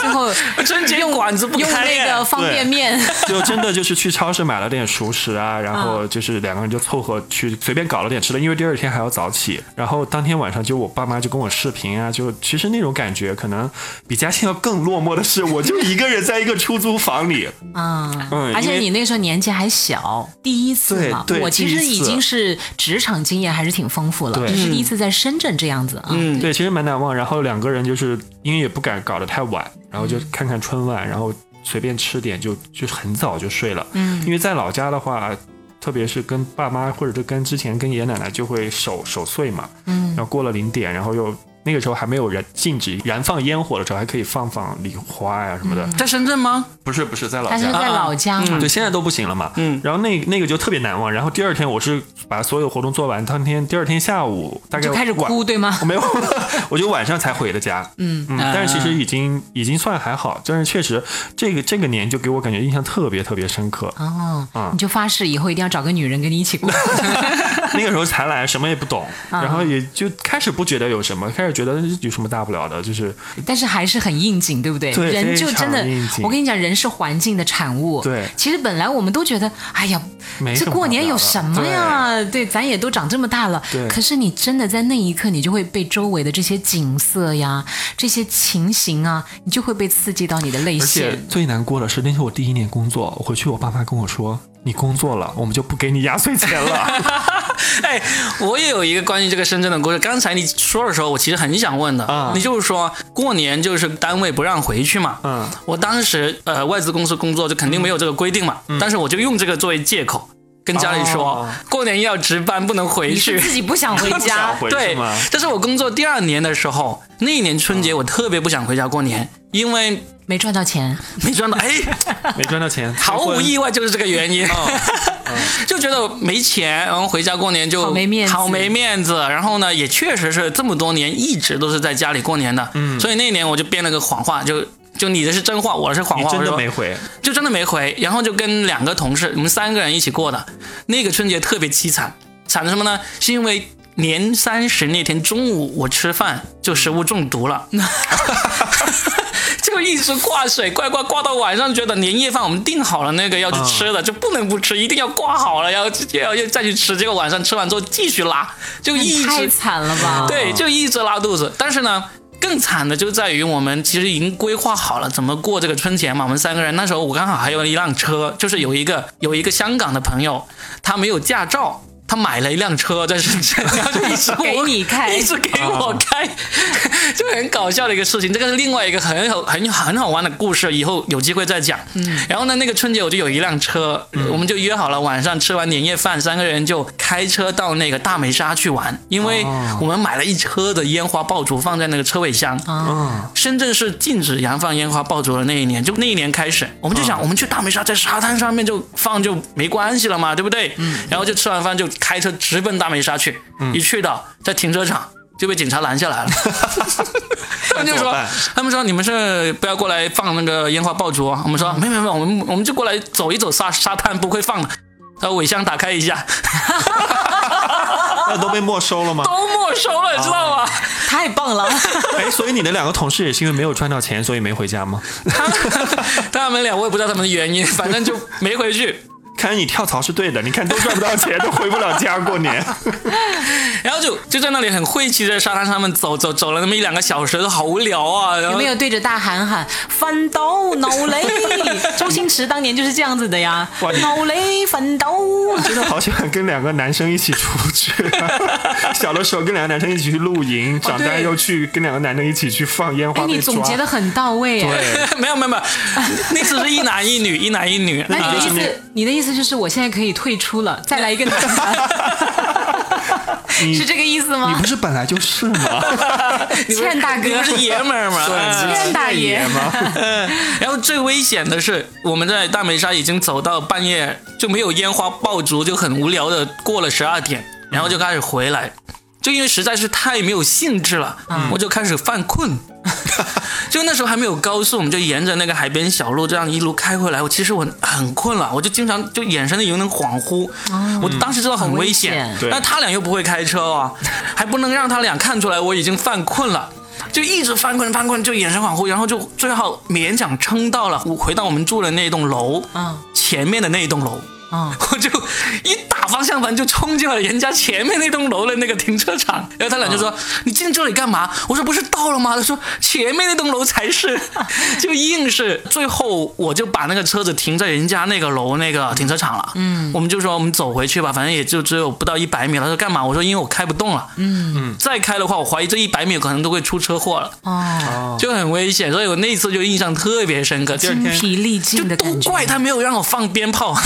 Speaker 2: 最后
Speaker 1: 春节馆子不
Speaker 2: 用
Speaker 1: 开
Speaker 2: 那
Speaker 1: 呀
Speaker 2: 个方便面，
Speaker 3: 就真的就是去超市买了点熟食啊，然后就是两个人就凑合去随便搞了点吃的，因为第二天还要早起。然后当天晚上就我爸妈就跟我视频啊，就其实那种感觉可能比嘉兴要更落寞的是，我就一个人在一个出租房里，
Speaker 2: 啊，
Speaker 3: 嗯
Speaker 2: 而且
Speaker 3: 因为
Speaker 2: 你那时候年纪还小，第一次嘛，
Speaker 3: 对对
Speaker 2: 我其实
Speaker 3: 第一
Speaker 2: 已
Speaker 3: 次
Speaker 2: 经是职场经验还是挺丰富了，
Speaker 3: 对
Speaker 2: 只是第一次在深圳这样子啊，
Speaker 1: 嗯，
Speaker 3: 对，其实蛮难忘。然后两个人就是因为也不敢搞得太晚，然后就
Speaker 2: 嗯
Speaker 3: 看看春晚，然后随便吃点就就很早就睡了。
Speaker 2: 嗯
Speaker 3: 因为在老家的话，特别是跟爸妈或者是跟之前跟爷爷奶奶就会守守岁嘛，
Speaker 2: 嗯
Speaker 3: 然后过了零点，然后又那个时候还没有人禁止燃放烟火的时候，还可以放放礼花呀、什么的。
Speaker 1: 在深圳吗？
Speaker 3: 不是不是，在老
Speaker 2: 嗯他是在嗯老家嘛，
Speaker 3: 对，现在都不行了嘛。
Speaker 1: 嗯
Speaker 3: 然后那那个就特别难忘。然后第二天我是把所有活动做完，当天第二天下午大概
Speaker 2: 就开始
Speaker 3: 嗯晚
Speaker 2: 哭对吗
Speaker 3: 我？ 没有，我就晚上才回的家。
Speaker 2: 嗯
Speaker 3: 嗯，
Speaker 1: 啊
Speaker 3: 但是其实已经已经算还好，但是确实这个这个年就给我感觉印象特别特别深刻。
Speaker 2: 哦
Speaker 3: 嗯，
Speaker 2: 你就发誓以后一定要找个女人跟你一 起过。
Speaker 3: 那个时候才来，什么也不 懂，
Speaker 1: 啊
Speaker 3: 然后也就开始不觉得有什么，开始觉得有什么大不了的，就是
Speaker 2: 但是还是很应景，对不对？
Speaker 3: 对
Speaker 2: 人就真的
Speaker 3: 非常应，景
Speaker 2: 我跟你讲，人是环境的产物。
Speaker 3: 对
Speaker 2: 其实本来我们都觉得，哎呀
Speaker 3: 没，什
Speaker 2: 这
Speaker 3: 么
Speaker 2: 过年
Speaker 3: 大不了
Speaker 2: 有
Speaker 3: 的
Speaker 2: 什么呀？对，咱也都长这么大了。
Speaker 3: 对
Speaker 2: 可是你真的在那一刻，你就会被周围的这些景色呀、这些情形啊，你就会被刺激到你的泪
Speaker 3: 而且
Speaker 2: 腺。
Speaker 3: 最难过的是，那是我第一年工作，我回去我爸妈跟我说，你工作了，我们就不给你压岁钱 了。
Speaker 1: 哎，我也有一个关于这个深圳的故事。刚才你说的时候，我其实很想问的，
Speaker 3: 啊
Speaker 1: 你就是说过年就是单位不让回去嘛？
Speaker 3: 嗯，
Speaker 1: 我当时呃外资公司工作就肯定没有这个规定嘛，但是我就用这个作为借口跟家里说、
Speaker 3: 嗯哦
Speaker 1: 过年要值班不能回
Speaker 2: 你是
Speaker 1: 去。
Speaker 2: 自己不想回
Speaker 3: 不想
Speaker 2: 家，
Speaker 3: 回去
Speaker 1: 对
Speaker 3: 吗？，
Speaker 1: 但是我工作第二年的时候，那一年春节我特别不想回家过年，因为
Speaker 2: 没赚到钱，
Speaker 1: 没赚到，哎，
Speaker 3: 没赚到钱，
Speaker 1: 毫无
Speaker 3: 义。
Speaker 1: 意外就是这个原
Speaker 3: 哦
Speaker 1: 因， 就觉得没钱，然后回家过年就
Speaker 2: 好没面子
Speaker 1: 好没面子。然后呢，也确实是这么多年一直都是在家里过年的，嗯，所以那年我就编了个谎话，就就你的是真话，我的是谎
Speaker 3: 你
Speaker 1: 话，
Speaker 3: 真
Speaker 1: 啊我
Speaker 3: 的
Speaker 1: 说
Speaker 3: 没回，
Speaker 1: 就真的没回，然后就跟两个同事，我们三个人一起过的，那个春节特别凄惨，惨的什么呢？是因为年三十那天中午我吃饭就食物中毒了，就一直挂水，挂挂挂到晚上，觉得年夜饭我们订好了那个要去吃的，就不能不吃，一定要挂好了，要要要再去吃，结果晚上吃完之后继续拉，就一
Speaker 2: 太
Speaker 1: 直
Speaker 2: 惨了吧？
Speaker 1: 对，就一直拉肚子。但是呢，更惨的就在于我们其实已经规划好了怎么过这个春节嘛。我们三个人那时候我刚好还有一辆车，就是有一个有一个香港的朋友，他没有驾照。他买了一辆车在深圳， 然后就一直
Speaker 2: 给
Speaker 1: 我
Speaker 2: 你开
Speaker 1: 一直给我开， 就很搞笑的一个事情。这个是另外一个很好、很很好玩的故事，以后有机会再讲。
Speaker 2: 嗯
Speaker 1: 然后呢，那个春节我就有一辆车，我们就约好了晚上吃完年夜饭，三个人就开车到那个大梅沙去玩，因为
Speaker 2: 哦
Speaker 1: 我们买了一车的烟花爆竹放在那个车尾箱。
Speaker 2: 啊，
Speaker 3: 嗯，
Speaker 1: 深圳是禁止燃放烟花爆竹的那一年，就那一年开始，我们就
Speaker 3: 啊
Speaker 1: 想，我们去大梅沙，在沙滩上面就放就没关系了嘛，对不对？嗯。然后就吃完饭就开车直奔大梅沙去，
Speaker 3: 嗯
Speaker 1: 一去到在停车场就被警察拦下 来了。他们就
Speaker 3: 那怎么
Speaker 1: 说
Speaker 3: 办，
Speaker 1: 他们说你们是不要过来放那个烟花爆竹啊，我们说
Speaker 3: 嗯
Speaker 1: 没有没有，我们我们就过来走一走沙沙滩，不会放的。然后尾箱打开一下，
Speaker 3: 那都被没收了吗？
Speaker 1: 都没收了，
Speaker 3: 啊
Speaker 1: 你知道吗？
Speaker 2: 太棒了！
Speaker 3: 哎，所以你的两个同事也是因为没有赚到钱，所以没回家吗？
Speaker 1: 他们 他们俩我也不知道他们的原因，反正就没回去。
Speaker 3: 看来你跳槽是对的，你看都赚不到钱，都回不了家过 年。
Speaker 1: 然后就就在那里很晦气，在沙滩上面走走走了那么一两个小时，都好无聊啊。然
Speaker 2: 有
Speaker 1: 后
Speaker 2: 没
Speaker 3: 呃
Speaker 2: 有对着大喊喊“奋斗努 力”？周星驰当年就是这样子的呀，
Speaker 3: 哇你
Speaker 2: 努力奋 斗。哎
Speaker 3: 真的好喜欢跟两个男生一起出去、小的时候跟两个男生一起去露营，长大
Speaker 1: 对
Speaker 3: 又去跟两个男生一起去放烟
Speaker 2: 哎，
Speaker 3: 花
Speaker 2: 你
Speaker 3: 被
Speaker 2: 总
Speaker 3: 抓
Speaker 2: 结。的很到位哎。
Speaker 3: 对，
Speaker 1: 没有没有没 有，那次是一男一女，一男一女。
Speaker 2: 那
Speaker 1: 啊
Speaker 2: 你的意
Speaker 3: 就是
Speaker 2: 思，你的意思就是我现在可以退出了，再来一个男的，
Speaker 3: 你
Speaker 2: 是这个意思
Speaker 3: 你
Speaker 2: 吗
Speaker 3: 不？是本来就是 吗？
Speaker 1: 你不是
Speaker 2: 欠大哥
Speaker 1: 你不是爷们儿吗？啊
Speaker 2: 欠大爷
Speaker 3: 吗？
Speaker 1: 然后最危险的是，我们在大梅沙已经走到半夜，就没有烟花爆竹，就很无聊的过了十二点，然后就开始回来，就因为实在是太没有兴致了，我就开始犯困。就那时候还没有高速，我们就沿着那个海边小路这样一路开回来。我其实我很困了，我就经常就眼神里有点恍惚。我当时知道很危
Speaker 2: 很危
Speaker 1: 险
Speaker 2: 险，
Speaker 3: 对
Speaker 1: 但他俩又不会开车啊，还不能让他俩看出来我已经犯困了。就一直犯困犯困，就眼神恍惚，然后就最后勉强撑到了我回到我们住的那栋楼
Speaker 2: 嗯
Speaker 1: 前面的那一栋楼。
Speaker 2: 嗯，
Speaker 1: 我 就一打方向盘就冲进了人家前面那栋楼的那个停车场，然后他俩就说：“你进这里干嘛？”我说：“不是到了吗？”他说：“前面那栋楼才 是。”就硬是最后我就把那个车子停在人家那个楼那个停车场了。嗯，我们就说我们走回去吧，反正也就只有不到一百米了。他说干嘛？我说因为我开不动了。嗯嗯，再开的话，我怀疑这一百米可能都会出车祸了，
Speaker 2: 哦，
Speaker 1: 就很危险。所以我那一次就印象特别深刻。第二
Speaker 2: 精
Speaker 1: 天
Speaker 2: 疲力尽
Speaker 1: 就
Speaker 2: 的
Speaker 1: 都
Speaker 2: 感觉。
Speaker 1: 怪他没有让我放鞭炮，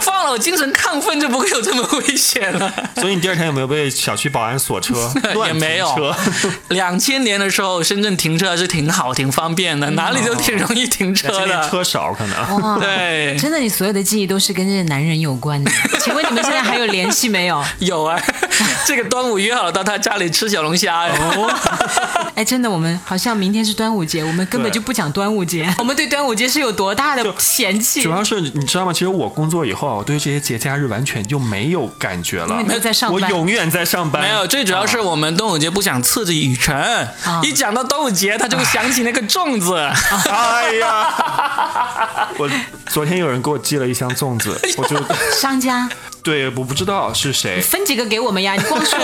Speaker 1: 放了我精神亢奋就不会有这么危险了。？
Speaker 3: 所以你第二天有没有被小区保安锁车
Speaker 1: 也
Speaker 3: 乱停
Speaker 1: 没有
Speaker 3: 车，
Speaker 1: 两千年的时候，深圳停车还是挺好、挺方便
Speaker 3: 嗯
Speaker 1: 的，哪里都挺容易停车
Speaker 3: 今天
Speaker 1: 的。
Speaker 3: 车少可能。
Speaker 2: 哇
Speaker 1: 对
Speaker 2: 哦真的，你所有的记忆都是跟这个男人有关的。 请问你们现在还有联系没有？
Speaker 1: 有啊， 这个端午约好了到他家里吃小龙虾。
Speaker 3: 哦
Speaker 2: 哎，真的，我们好像明天是端午节，我们根本
Speaker 3: 对
Speaker 2: 就不讲端午 节，我们对端午节是有多大的嫌弃
Speaker 3: 主？要是你知道吗？其实我工作以后啊，我对这些节假日完全就没有感觉
Speaker 2: 因为
Speaker 3: 了
Speaker 2: 你。都在上
Speaker 3: 我
Speaker 2: 班，
Speaker 3: 永远在上 班。
Speaker 1: 没有，最主
Speaker 3: 啊
Speaker 1: 要是我们端午节不想刺激雨辰，一讲到端午节他就会想起那个粽子。
Speaker 3: 哎呀，我昨天有人给我寄了一箱粽子， 我就
Speaker 2: 商家
Speaker 3: 对，我不知道是谁，
Speaker 2: 分几个给我们呀？你光 说，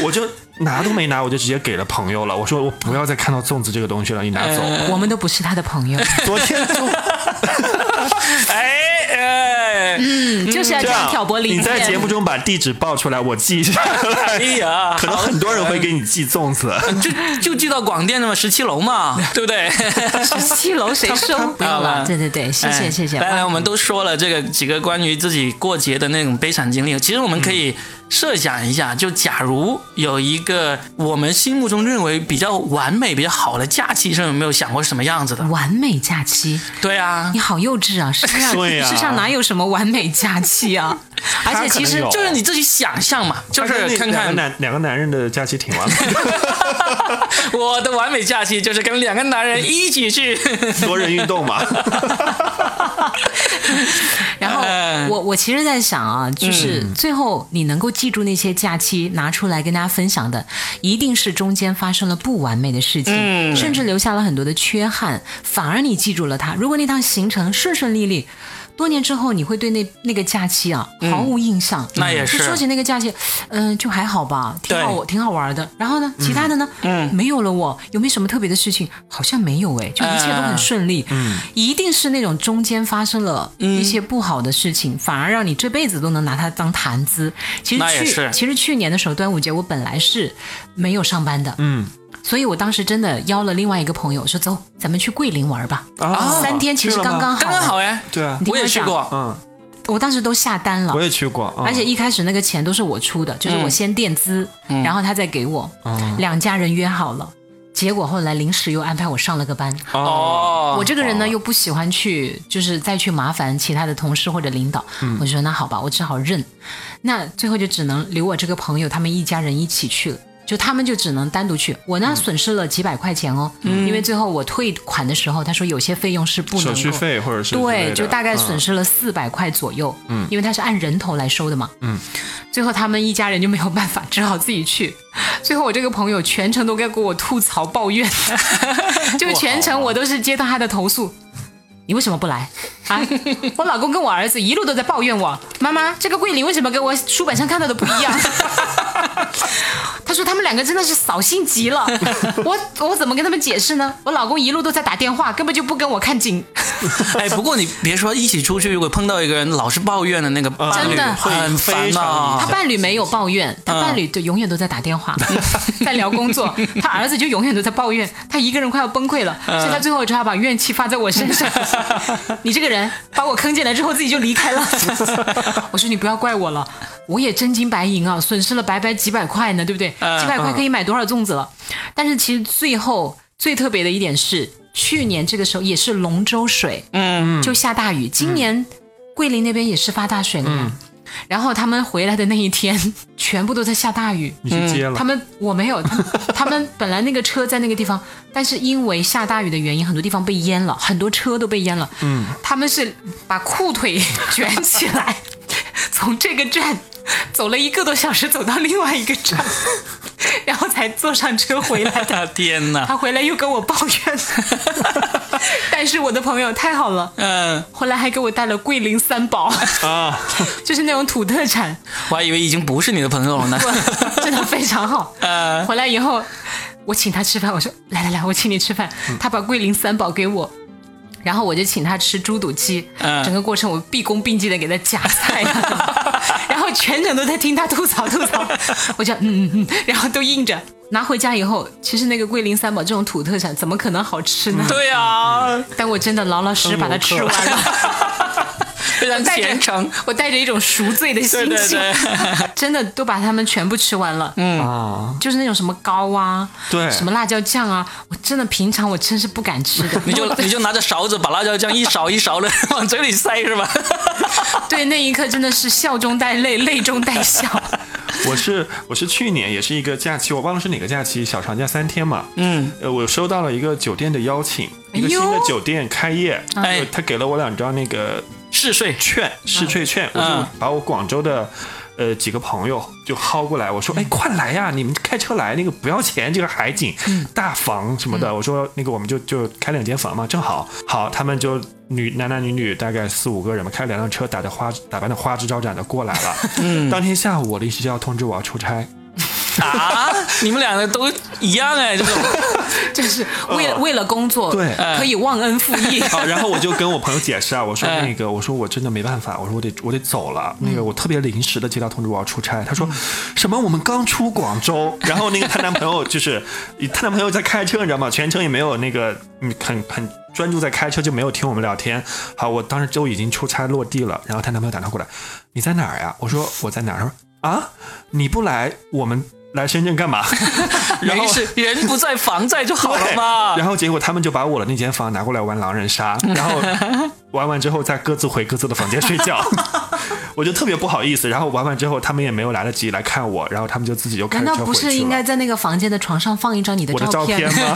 Speaker 3: 我就拿都没拿，我就直接给了朋友了。我说我不要再看到粽子这个东西了，你拿走。
Speaker 1: 呃
Speaker 2: 我们都不是他的朋友，
Speaker 3: 昨天 就
Speaker 1: 哎哎，
Speaker 3: 嗯
Speaker 2: 就是要
Speaker 3: 这
Speaker 2: 这样
Speaker 3: 样
Speaker 2: 挑拨离
Speaker 3: 啊你在节
Speaker 2: 间
Speaker 3: 目。中把地址报出来，我记下
Speaker 1: 哎
Speaker 3: 来。
Speaker 1: 呀，嗯
Speaker 3: 可能很多人会给你寄粽子，
Speaker 1: 就就寄到广电的嘛，十七楼 嘛，对不对？
Speaker 2: 十 七楼谁收？不用了，对对对，谢谢
Speaker 1: 哎
Speaker 2: 谢谢。
Speaker 1: 来来，我们都说了这个几个关于自己过节的那种悲惨经历，其实我们可以设想一下，就假如有一个我们心目中认为比较完美、比较好的假期，是有没有想过是什么样子的？
Speaker 2: 完美假期，
Speaker 1: 对啊
Speaker 2: 你。好幼稚啊！世上、
Speaker 3: 对啊
Speaker 2: 世上哪有什么完美假期 啊？而且其实
Speaker 3: 他可能有
Speaker 1: 就是你自己想象嘛，就
Speaker 3: 但
Speaker 1: 是
Speaker 3: 那
Speaker 1: 看
Speaker 3: 两个
Speaker 1: 看
Speaker 3: 男两个男人的假期挺完美的，
Speaker 1: 我的完美假期，就是跟两个男人一起 去。
Speaker 3: 多人运动 嘛。
Speaker 2: 然后
Speaker 1: 哎
Speaker 2: 我我其实在想啊，就是
Speaker 1: 嗯
Speaker 2: 最后你能够记住那些假期拿出来跟大家分享的，一定是中间发生了不完美的事情，
Speaker 1: 嗯
Speaker 2: 甚至留下了很多的缺憾，反而你记住了它。如果那趟行程顺顺利利。多年之后，你会对那那个假期啊毫无印象。
Speaker 1: 嗯那也是
Speaker 2: 就说起那个假期，嗯、就还好吧，挺好，挺好玩的。然后呢，其他的呢，嗯，没有了我。有没有什么特别的事情？好像没有哎，就一切都很
Speaker 1: 嗯
Speaker 2: 顺利，嗯，一定是那种中间发生了一些不好的事情，反而让你这辈子都能拿它当谈资。其实
Speaker 1: 那也
Speaker 2: 去
Speaker 1: 是
Speaker 2: 其实去年的时候端午节我本来是没有上班的，嗯，所以我当时真的邀了另外一个朋友说走，咱们去桂林玩吧。
Speaker 1: 哦
Speaker 3: 啊
Speaker 2: 三天其实
Speaker 3: 去了吗
Speaker 2: 刚刚好，
Speaker 1: 刚刚好哎，
Speaker 3: 对啊，
Speaker 2: 你听
Speaker 1: 我也
Speaker 2: 我
Speaker 1: 去
Speaker 2: 讲
Speaker 1: 过，
Speaker 3: 嗯，
Speaker 2: 我当时都下单了
Speaker 3: 我。也去过，嗯
Speaker 2: 而且一开始那个钱都是我出的，就是我先垫资，然后他再给我。两家人约好了，结果后来临时又安排我上了个班，
Speaker 1: 哦，
Speaker 2: 我这个人呢又不喜欢去，就是再去麻烦其他的同事或者领导，
Speaker 1: 嗯
Speaker 2: 我就说那好吧，我只好认。那最后就只能留我这个朋友他们一家人一起去了。就他们就只能单独去，我
Speaker 3: 嗯
Speaker 2: 呢损失了几百块钱哦，因为最后我退款的时候，他说有些费用是不能
Speaker 3: 手
Speaker 2: 够
Speaker 3: 续费或者是之类
Speaker 2: 对，
Speaker 3: 的
Speaker 2: 就大概损
Speaker 3: 嗯
Speaker 2: 失了四百块左右。嗯，因为他是按人头来收的嘛。嗯，最后他们一家人就没有办法，只好自己去。最后我这个朋友全程都在给我吐槽抱怨，就全程我都是接到他的投诉。你为什么不来啊？我老公跟我儿子一路都在抱怨我，妈妈，这个桂林为什么跟我书本上看到的不一样？他说他们两个真的是扫兴极了，我我怎么跟他们解释呢？我老公一路都在打电话，根本就不跟我看景。
Speaker 1: 哎，不过你别说，一起出去如果碰到一个人老是抱怨的那个伴侣，
Speaker 2: 啊真的
Speaker 1: 会很烦
Speaker 3: 非常
Speaker 1: 呐。
Speaker 2: 他伴侣没有抱怨，他伴侣就永远都在打电话，在聊工作。他儿子就永远都在抱怨，他一个人快要崩溃了，所以他最后只好把怨气发在我身上。 你这个人把我坑进来之后自己就离 开了。我说你不要怪我了，我也真金白银啊，损失了白白几百块呢，对不对？
Speaker 1: 嗯
Speaker 2: 几百块可以买多少粽子了？但是其实最后最特别的一点是，去年这个时候也是龙舟水，
Speaker 1: 嗯，嗯
Speaker 2: 就下大雨。今年桂林那边也是发大水了呀。然后他们回来的那一天，全部都在下大雨。
Speaker 3: 你去接了
Speaker 2: 嗯他，们我没有，他 们他们本来那个车在那个地方，但是因为下大雨的原因，很多地方被淹了，很多车都被淹了。嗯，他们是把裤腿卷起来， 从这个站走了一个多小时，走到另外一个 站，然后才坐上车回来的。
Speaker 1: 天哪！
Speaker 2: 他回来又跟我抱 怨，但是我的朋友太好了，
Speaker 1: 嗯、
Speaker 2: 后来还给我带了桂林三宝，
Speaker 3: 啊，
Speaker 2: 就是那种土特产，
Speaker 1: 我还以为已经不是你的朋友了呢。
Speaker 2: 真的非常好。
Speaker 1: 呃，
Speaker 2: 回来以后，我请他吃饭，我说来来来，我请你吃饭。
Speaker 1: 嗯
Speaker 2: 他把桂林三宝给我，然后我就请他吃猪肚鸡。
Speaker 1: 嗯
Speaker 2: 整个过程我毕恭毕敬的给他夹菜、啊 然后全程都在听他吐槽吐槽。我就嗯嗯嗯，然后都应着。拿回家以后，其实那个桂林三宝这种土特产怎么可能好吃呢？
Speaker 1: 对 啊，
Speaker 2: 但我真的老老实实把它
Speaker 1: 嗯
Speaker 2: 吃完了。
Speaker 1: 非常
Speaker 2: 带着
Speaker 1: 虔诚。
Speaker 2: 我带着一种赎罪的心情，
Speaker 1: 对对对
Speaker 2: 真的都把它们全部吃完了。嗯
Speaker 3: 啊，
Speaker 2: 就是那种什么膏啊，
Speaker 3: 对
Speaker 2: 什么辣椒酱啊，我真的平常我真是不敢吃的
Speaker 1: 。你就你就拿着勺子把辣椒酱一勺一勺的 往嘴里塞是吧？
Speaker 2: 对那一刻真的是笑中带泪，泪中带 笑。
Speaker 3: 我是我是去年也是一个假期，我忘了是哪个假期，小长假三天嘛。嗯，呃，我收到了一个酒店的邀请，一个
Speaker 2: 哎呦
Speaker 3: 新的酒店开业，
Speaker 1: 哎
Speaker 3: 呃他给了我两张那个
Speaker 1: 嗜睡，
Speaker 3: 券，试睡券，我
Speaker 1: 嗯
Speaker 3: 就把我广州的。呃，几个朋友就薅过来，我说：“
Speaker 1: 嗯
Speaker 3: 哎，快来呀！你们开车来，那个不要钱，这个海景、
Speaker 1: 嗯
Speaker 3: 大房什么的。我说：“那个我们就就开两间房嘛，正好好。”他们就女男男女女大概四五个人嘛，开两辆车，打的花打扮的花枝招展的过来了。
Speaker 1: 嗯
Speaker 3: 当天下午我临时就要通知我要出差，
Speaker 1: 啊，你们两个都一样哎，这种
Speaker 2: 就是
Speaker 1: 嗯
Speaker 2: 为了、为了工作，
Speaker 3: 对
Speaker 2: 可以忘恩负义。
Speaker 3: 啊，然后我就跟我朋友解释啊，我说
Speaker 1: 哎
Speaker 3: 那个，我说我真的没办法，我说我得我得走了，那个我特别临时的接到通知我要出差，他说什么我们刚出广州，然后那个她男朋友就是她男朋友在开车，你知道吗？全程也没有那个嗯很很专注在开车，就没有听我们聊天。好，我当时就已经出差落地了，然后她男朋友打电话过来，你在哪儿呀？我说我在哪儿？他说啊，你不来我们。来深圳干嘛？ 然后
Speaker 1: 人是人不在房在就好了嘛。
Speaker 3: 然后结果他们就把我的那间房拿过来玩狼人 杀，然后玩完之后再各自回各自的房间睡觉， 我就特别不好意思。然后玩完之后，他们也没有来得及来看我，然后他们就自己又开
Speaker 2: 难
Speaker 3: 着
Speaker 2: 道
Speaker 3: 车
Speaker 2: 不
Speaker 3: 回去了。
Speaker 2: 是应该在那个房间的床上放一张你的
Speaker 3: 我的照
Speaker 2: 片？
Speaker 3: 片 吗？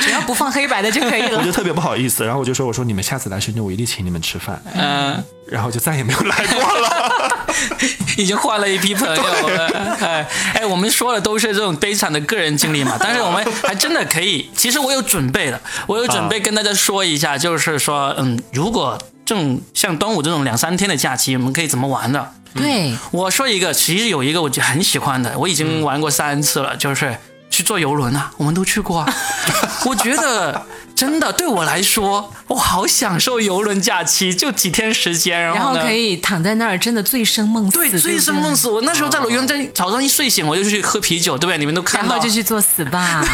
Speaker 2: 只要不放黑白的就可以
Speaker 3: 我
Speaker 2: 了。
Speaker 3: 就特别不好意思，然后我就说：“我说你们下次来深圳，我一定请你们吃饭。
Speaker 1: 嗯、”
Speaker 3: 然后就再也没有来过 了。
Speaker 1: 已经换了一批朋友了。哎哎，我们说的都是这种悲惨的个人经历嘛，但是我们还真的可以。其实我有准备的，我有准备跟大家说一下，就是说，嗯，如果这种像端午这种两三天的假期，我们可以怎么玩的？
Speaker 2: 对，
Speaker 1: 我说一个，其实有一个我就很喜欢的，我已经玩过三次了，就是去坐游轮啊，我们都去过啊。我觉得真的对我来说，我好享受游轮假期，就几天时间，然
Speaker 2: 然后
Speaker 1: 后呢，
Speaker 2: 可以躺在那儿，真的醉生梦死，
Speaker 1: 对，
Speaker 2: 不
Speaker 1: 醉生梦。死。啊我那时候在罗源在早上一睡醒，我就去喝啤酒，对不对？你们都看
Speaker 2: 然
Speaker 1: 到，
Speaker 2: 后就 去 做 SPA，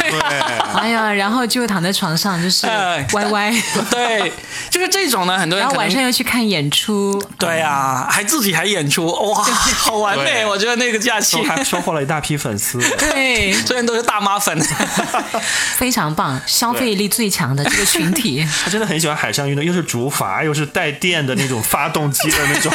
Speaker 2: 哎呀，然后就躺在床上就是
Speaker 1: 哎
Speaker 2: 歪 歪，
Speaker 1: 对，就是这种呢，很多人
Speaker 2: 然后
Speaker 1: 可能
Speaker 2: 晚上又去看演出，
Speaker 1: 对啊，还自己还演出，哇，好完美！
Speaker 3: 对
Speaker 1: 我觉得那个假期
Speaker 3: 我，还收获了一大批粉丝。
Speaker 2: 对，
Speaker 1: 虽然都是大妈粉，
Speaker 2: 非常棒，消费力最强的这个群 体。
Speaker 3: 他真的很喜欢海上运动，又是竹筏，又是带电的那种发动机的那 种，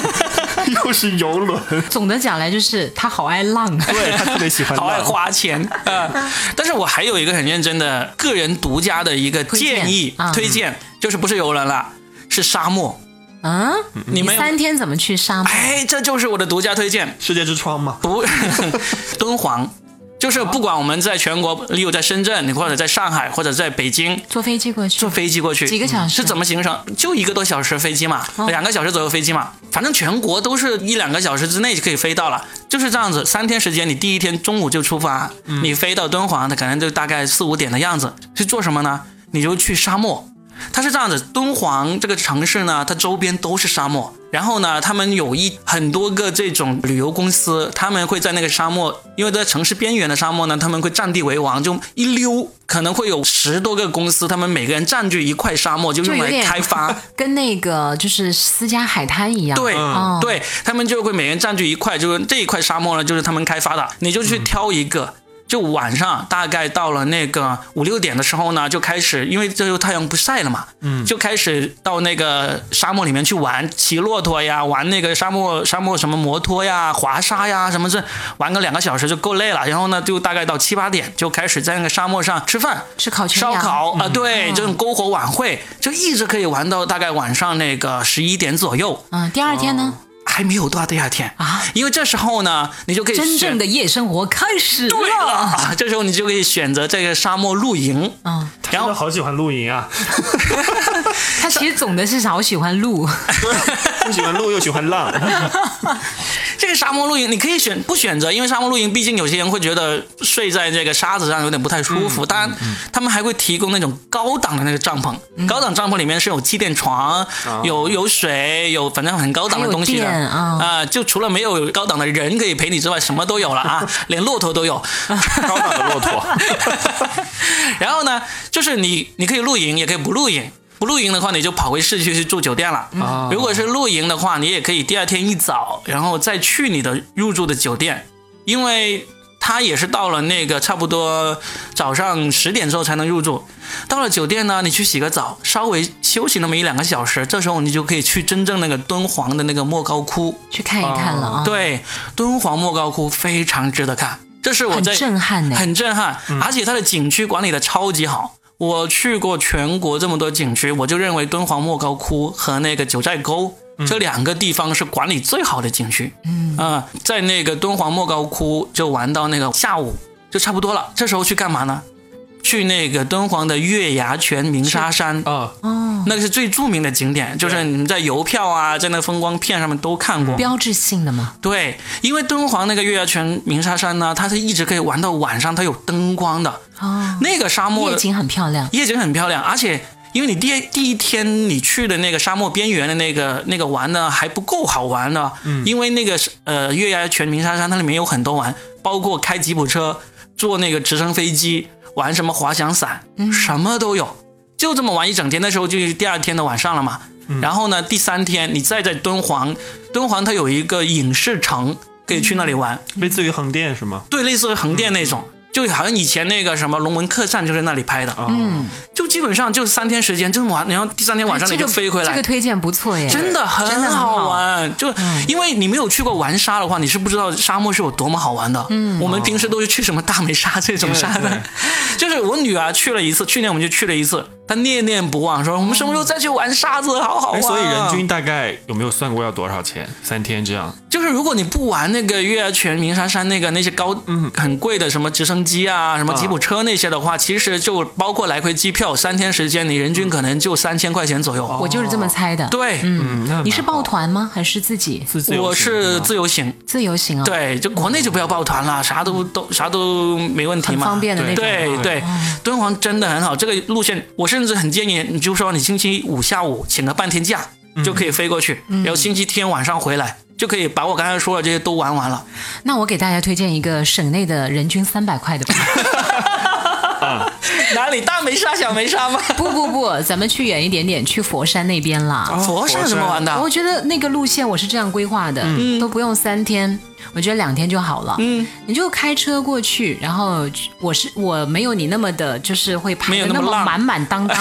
Speaker 3: 又是游轮，
Speaker 2: 总的讲来就是他好爱浪，啊
Speaker 3: 对他特别 喜欢
Speaker 1: 好爱
Speaker 3: 浪
Speaker 1: 花钱啊、但是我还有一个很认真的个人独家的一个
Speaker 2: 推荐
Speaker 1: 建议
Speaker 2: 啊
Speaker 1: 推荐，就是不是游轮了，是沙漠。
Speaker 2: 嗯，
Speaker 1: 你们有
Speaker 2: 三天怎么去沙漠？
Speaker 1: 哎，这就是我的独家推荐。
Speaker 3: 世界之窗嘛。
Speaker 1: 不 敦煌，
Speaker 2: 啊
Speaker 1: 就是不管我们在全国，例如在深圳，或者在上海，或者在北京，
Speaker 2: 坐飞机过去，
Speaker 1: 坐飞机过去
Speaker 2: 几个小时嗯
Speaker 1: 嗯是怎么行程？就一个多小时飞机嘛，两个小时左右飞机嘛，反正全国都是一两个小时之内就可以飞到了，就是这样子。三天时间，你第一天中午就出发，
Speaker 2: 嗯
Speaker 1: 你飞到敦煌，它可能就大概四五点的样子。是做什么呢？你就去沙漠。它是这样子，敦煌这个城市呢，它周边都是沙漠。然后呢，他们有一很多个这种旅游公司，他们会在那个沙漠，因为在城市边缘的沙漠呢，他们会占地为王，就一溜可能会有十多个公司，他们每个人占据一块沙漠，就
Speaker 2: 就
Speaker 1: 用
Speaker 2: 有
Speaker 1: 来
Speaker 2: 点
Speaker 1: 开发。
Speaker 2: 跟那个就是私家海滩一样，
Speaker 1: 对、
Speaker 2: 哦
Speaker 1: 对，他们就会每人占据一块，就是这一块沙漠呢，就是他们开发的，你就去挑一个。就晚上大概到了那个五六点的时候呢，就开始，因为这时候太阳不晒了嘛，嗯，就开始到那个沙漠里面去玩，骑骆驼呀，玩那个沙漠沙漠什么摩托呀、滑沙呀什么这，玩个两个小时就够累了。然后呢，就大概到七八点就开始在那个沙漠上吃饭，
Speaker 2: 吃烤全
Speaker 1: 烧
Speaker 2: 羊嗯
Speaker 1: 烤啊、对，这种篝火晚会就一直可以玩到大概晚上那个十一点左右，
Speaker 2: 嗯，第二天呢？
Speaker 1: 还没有到第二天
Speaker 2: 啊，
Speaker 1: 因为这时候呢，你就可以
Speaker 2: 真
Speaker 1: 选
Speaker 2: 正的夜生活开始
Speaker 1: 对了
Speaker 2: 了。
Speaker 1: 啊，这时候你就可以选择这个沙漠露营，
Speaker 2: 嗯，
Speaker 3: 真
Speaker 1: 然后
Speaker 3: 的 好喜欢露营啊，
Speaker 2: 他其实总的是啥？我喜欢路，
Speaker 3: 又喜欢露又喜欢 浪，
Speaker 1: 这个沙漠露营你可以选不选择，因为沙漠露营毕竟有些人会觉得睡在这个沙子上有点不太舒
Speaker 2: 嗯
Speaker 1: 服，当然他们还会提供那种高档的那个帐篷，
Speaker 2: 嗯
Speaker 1: 高档帐篷里面是有气垫床，有有水，有反正很高档的东西的
Speaker 2: 哦还有电啊
Speaker 1: 就除了没有高档的人可以陪你之外，什么都有了 啊，连骆驼都有。
Speaker 3: 高档的骆驼。
Speaker 1: 然后呢，就是你你可以露营，也可以不露营。不露营的话，你就跑回市区去住酒店了。啊
Speaker 3: 哦
Speaker 2: 啊
Speaker 1: 如果是露营的话，你也可以第二天一早，然后再去你的入住的酒店，因为他也是到了那个差不多早上十点之后才能入住。到了酒店呢，你去洗个澡，稍微休息那么一两个小时，这时候你就可以去真正那个敦煌的那个莫高窟。
Speaker 2: 去看一看了
Speaker 1: 哦
Speaker 2: 啊。，
Speaker 1: 对，敦煌莫高窟非常值得看，这是我
Speaker 2: 很
Speaker 1: 在
Speaker 2: 震撼呢。
Speaker 1: 很震撼，而且它的景区管理的超级好。我去过全国这么多景区，我就认为敦煌莫高窟和那个九寨沟。这两个地方是管理最好的景区，嗯啊、在那个敦煌莫高窟就玩到那个下午就差不多了，这时候去干嘛呢？去那个敦煌的月牙泉鸣沙山，
Speaker 3: 啊，
Speaker 2: 哦，
Speaker 1: 那个是最著名的景点，就是你们在邮票啊，在那个风光片上面都看过。
Speaker 2: 标志性的嘛。
Speaker 1: 对，因为敦煌那个月牙泉鸣沙山呢，它是一直可以玩到晚上，它有灯光的。
Speaker 2: 哦，
Speaker 1: 那个沙漠
Speaker 2: 夜景很漂亮。
Speaker 1: 夜景很漂亮，而且因为你第第一天你去的那个沙漠边缘的那个那个玩呢还不够好玩呢，因为那个是呃月牙泉鸣沙山它里面有很多玩，包括开吉普车、坐那个直升飞机、玩什么滑翔伞，
Speaker 2: 嗯
Speaker 1: 什么都有，就这么玩一整天。那时候就是第二天的晚上了嘛。然后呢，第三天你再在敦煌，敦煌它有一个影视城，可以去那里玩。
Speaker 3: 类似于横店是吗？
Speaker 1: 对，类似于横店那种，就好像以前那个什么龙门客栈就是那里拍的，
Speaker 2: 嗯，
Speaker 1: 就基本上就三天时间就玩，然后第三天晚上你
Speaker 2: 哎这
Speaker 1: 就
Speaker 2: 个
Speaker 1: 飞回来。
Speaker 2: 这个推荐不错耶。
Speaker 1: 真的
Speaker 2: 真的
Speaker 1: 很
Speaker 2: 很
Speaker 1: 好
Speaker 2: 好
Speaker 1: 玩，就因为你没有去过玩沙的话，你是不知道沙漠是有多么好玩的。嗯，我们平时都是去什么大梅沙这种沙
Speaker 3: 对
Speaker 1: 的
Speaker 3: 对，
Speaker 1: 就是我女儿去了一次，去年我们就去了一次，她念念不忘，说我们什么时候再去玩沙子，好好
Speaker 3: 哎，
Speaker 1: 玩。啊
Speaker 3: 所以人均大概有没有算过要多少钱？三天这样？
Speaker 1: 就是如果你不玩那个月牙泉鸣沙山那个那些高嗯很贵的什么直升机啊、什么吉普车那些的话，其实就包括来回机票，三天时间你人均可能就三千块钱左右。
Speaker 2: 我就是这么猜的。，
Speaker 1: 对，
Speaker 3: 嗯，那
Speaker 2: 你是
Speaker 3: 蛮好
Speaker 2: 抱团吗？还是自己
Speaker 3: 是自由
Speaker 1: 我
Speaker 3: 行
Speaker 1: 是
Speaker 3: 吗
Speaker 1: 自由行，
Speaker 2: 自由行啊？，
Speaker 1: 对，就国内就不要抱团了，啥都都啥都没问题
Speaker 2: 很
Speaker 1: 嘛，
Speaker 2: 方便的那种。
Speaker 1: 对对，敦煌真的很好，这个路线我甚至很建议你，就说你星期五下午请个半天假、就可以飞过去，然后星期天晚上回来。就可以把我刚才说的这些都玩完了，
Speaker 2: 那我给大家推荐一个省内的人均三百块 的吧。
Speaker 1: 哪里大梅沙、小梅沙吗？
Speaker 2: 不不不，咱们去远一点点，去佛山那边啦。
Speaker 1: 佛山怎么玩的？
Speaker 2: 我觉得那个路线我是这样规划的，
Speaker 1: 嗯
Speaker 2: 都不用三天，我觉得两天就好了。嗯，你就开车过去，然后我是我没有你那么的，就是会排
Speaker 1: 没有
Speaker 2: 的
Speaker 1: 那么
Speaker 2: 那么
Speaker 1: 浪嗯
Speaker 2: 满满 当当。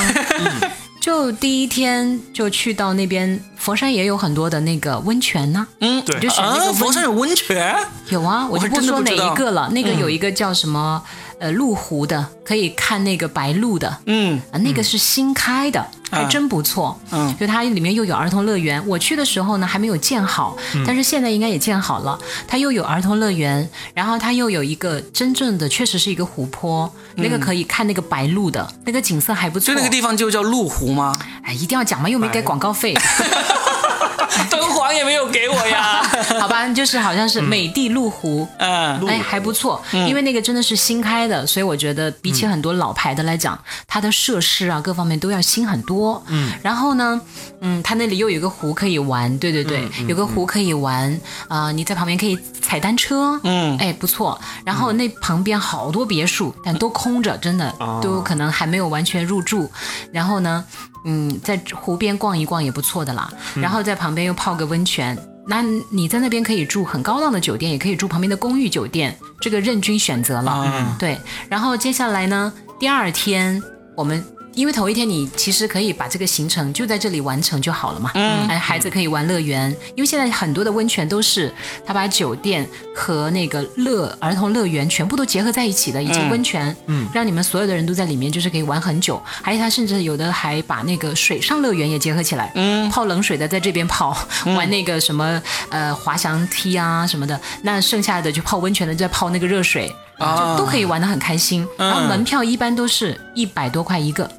Speaker 2: 就第一天就去到那边，佛山也有很多的那个温泉呐、
Speaker 1: 嗯，
Speaker 3: 对
Speaker 2: 你就选那个
Speaker 1: 啊，
Speaker 2: 温
Speaker 1: 佛山有温泉，
Speaker 2: 有啊，我就
Speaker 1: 还真的
Speaker 2: 说
Speaker 1: 不
Speaker 2: 哪
Speaker 1: 知道嗯
Speaker 2: 一个了，那个有一个叫什么、呃麓湖的，可以看那个白鹭的，
Speaker 1: 嗯，啊
Speaker 2: 啊，那个是新开的，还真不错。
Speaker 1: 嗯，
Speaker 2: 就它里面又有儿童乐园。我去的时候呢，还没有建好，
Speaker 1: 嗯
Speaker 2: 但是现在应该也建好了。它又有儿童乐园，然后它又有一个真正的，确实是一个湖泊，那个可以看那个白鹭的，那个景色还不
Speaker 1: 嗯
Speaker 2: 错。
Speaker 1: 就那个地方就叫麓湖吗？
Speaker 2: 哎，一定要讲嘛，又没给广告费，
Speaker 1: 敦煌也没有给我呀。
Speaker 2: 好吧？就是好像是美的麓湖。
Speaker 1: 嗯，
Speaker 2: 哎，还不错，因为那个真的是新开的，所以我觉得比起很多老牌的来讲，它的设施啊各方面都要新很多。嗯，然后呢，嗯，它那里又有一个湖可以玩，对对对，有个湖可以玩啊、你在旁边可以踩单车，嗯，哎，不错。然后那旁边好多别墅，但都空着，真的都可能还没有完全入住。然后呢，嗯，在湖边逛一逛也不错的啦。然后在旁边又泡个温泉，那你在那边可以住很高档的酒店，也可以住旁边的公寓酒店，这个任君选择了。
Speaker 1: 嗯
Speaker 2: 对，然后接下来呢，第二天我们。因为头一天你其实可以把这个行程就在这里完成就好了嘛，嗯，孩子可以玩乐园，因为现在很多的温泉都是他把酒店和那个乐儿童乐园全部都结合在一起的，以及温泉，嗯，让你们所有的人都在里面，就是可以玩很久，而且他甚至有的还把那个水上乐园也结合起来，嗯，泡冷水的在这边泡，玩那个什么呃滑翔梯啊什么的，那剩下的就泡温泉的就在泡那个热水，
Speaker 1: 啊嗯
Speaker 2: 就都可以玩得很开心。然后门票一般都是一百多块一个，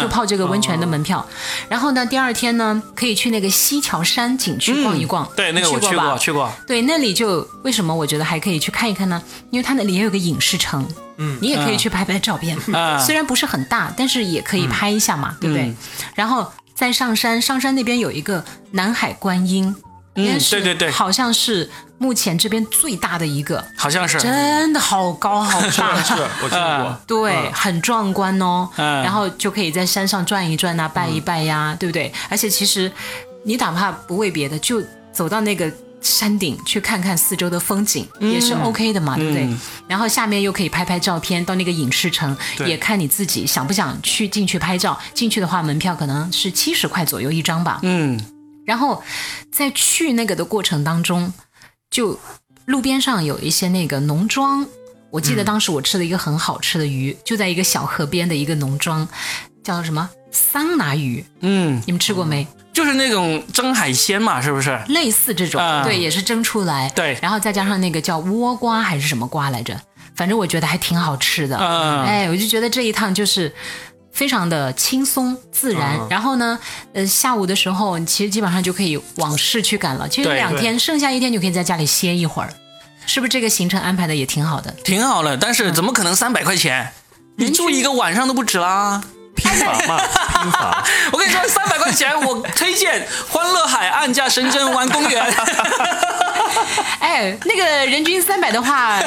Speaker 2: 就泡这个温泉的门
Speaker 1: 哦
Speaker 2: 票。然后呢，第二天呢，可以去那个西樵山景区逛一逛。
Speaker 1: 嗯对，那个
Speaker 2: 你
Speaker 1: 我去
Speaker 2: 过吧
Speaker 1: 过，去过。
Speaker 2: 对，那里就为什么我觉得还可以去看一看呢？因为它那里也有个影视城，嗯，你也可以去拍拍照片，
Speaker 1: 啊
Speaker 2: 虽然不是很大，但是也可以拍一下嘛，对不对？
Speaker 1: 嗯
Speaker 2: 然后再上山，上山那边有一个南海观音，应该是
Speaker 1: 嗯对对对
Speaker 2: 好像是目前这边最大的一个，
Speaker 1: 好像 是，
Speaker 2: 真的好高好大，
Speaker 3: 是我听
Speaker 2: 呃
Speaker 3: 过
Speaker 1: 啊，
Speaker 2: 对，很壮观哦。
Speaker 1: 嗯
Speaker 2: 然后就可以在山上转一转呐、啊拜一拜呀、
Speaker 3: 嗯
Speaker 2: 对不对？而且其实你哪怕不为别的，就走到那个山顶去看看四周的风景，也
Speaker 3: 嗯
Speaker 2: 是 OK 的嘛，对不对？然后下面又可以拍拍照片，到那个影视城
Speaker 3: 对
Speaker 2: 也看你自己想不想去进去拍照。进去的话，门票可能是七十块左右一张吧。
Speaker 1: 嗯，
Speaker 2: 然后在去那个的过程当中，就路边上有一些那个农庄，我记得当时我吃了一个很好吃的鱼，就在一个小河边的一个农庄，叫什么桑拿鱼，
Speaker 1: 嗯，
Speaker 2: 你们吃过没？
Speaker 1: 就是那种蒸海鲜嘛，是不是？
Speaker 2: 类似这种，
Speaker 1: 啊
Speaker 2: 对，也是蒸出来，
Speaker 1: 对
Speaker 2: 然后再加上那个叫倭瓜还是什么瓜来着，反正我觉得还挺好吃的，
Speaker 1: 啊
Speaker 2: 哎，我就觉得这一趟就是。非常的轻松自然，
Speaker 1: 啊
Speaker 2: 然后呢，呃，下午的时候你其实基本上就可以往市区赶了。其实
Speaker 1: 对
Speaker 2: 两天，剩下一天就可以在家里歇一会儿，是不是？这个行程安排的也挺好 的。
Speaker 1: 挺好的，但
Speaker 2: 嗯
Speaker 1: 是怎么可能三百块钱？你住一个晚上都不止啦！
Speaker 3: 拼法嘛，拼法，
Speaker 1: 我跟你说， 三百块钱我推荐欢乐海岸加深圳湾公园。
Speaker 2: 哎，那个人均三百的话，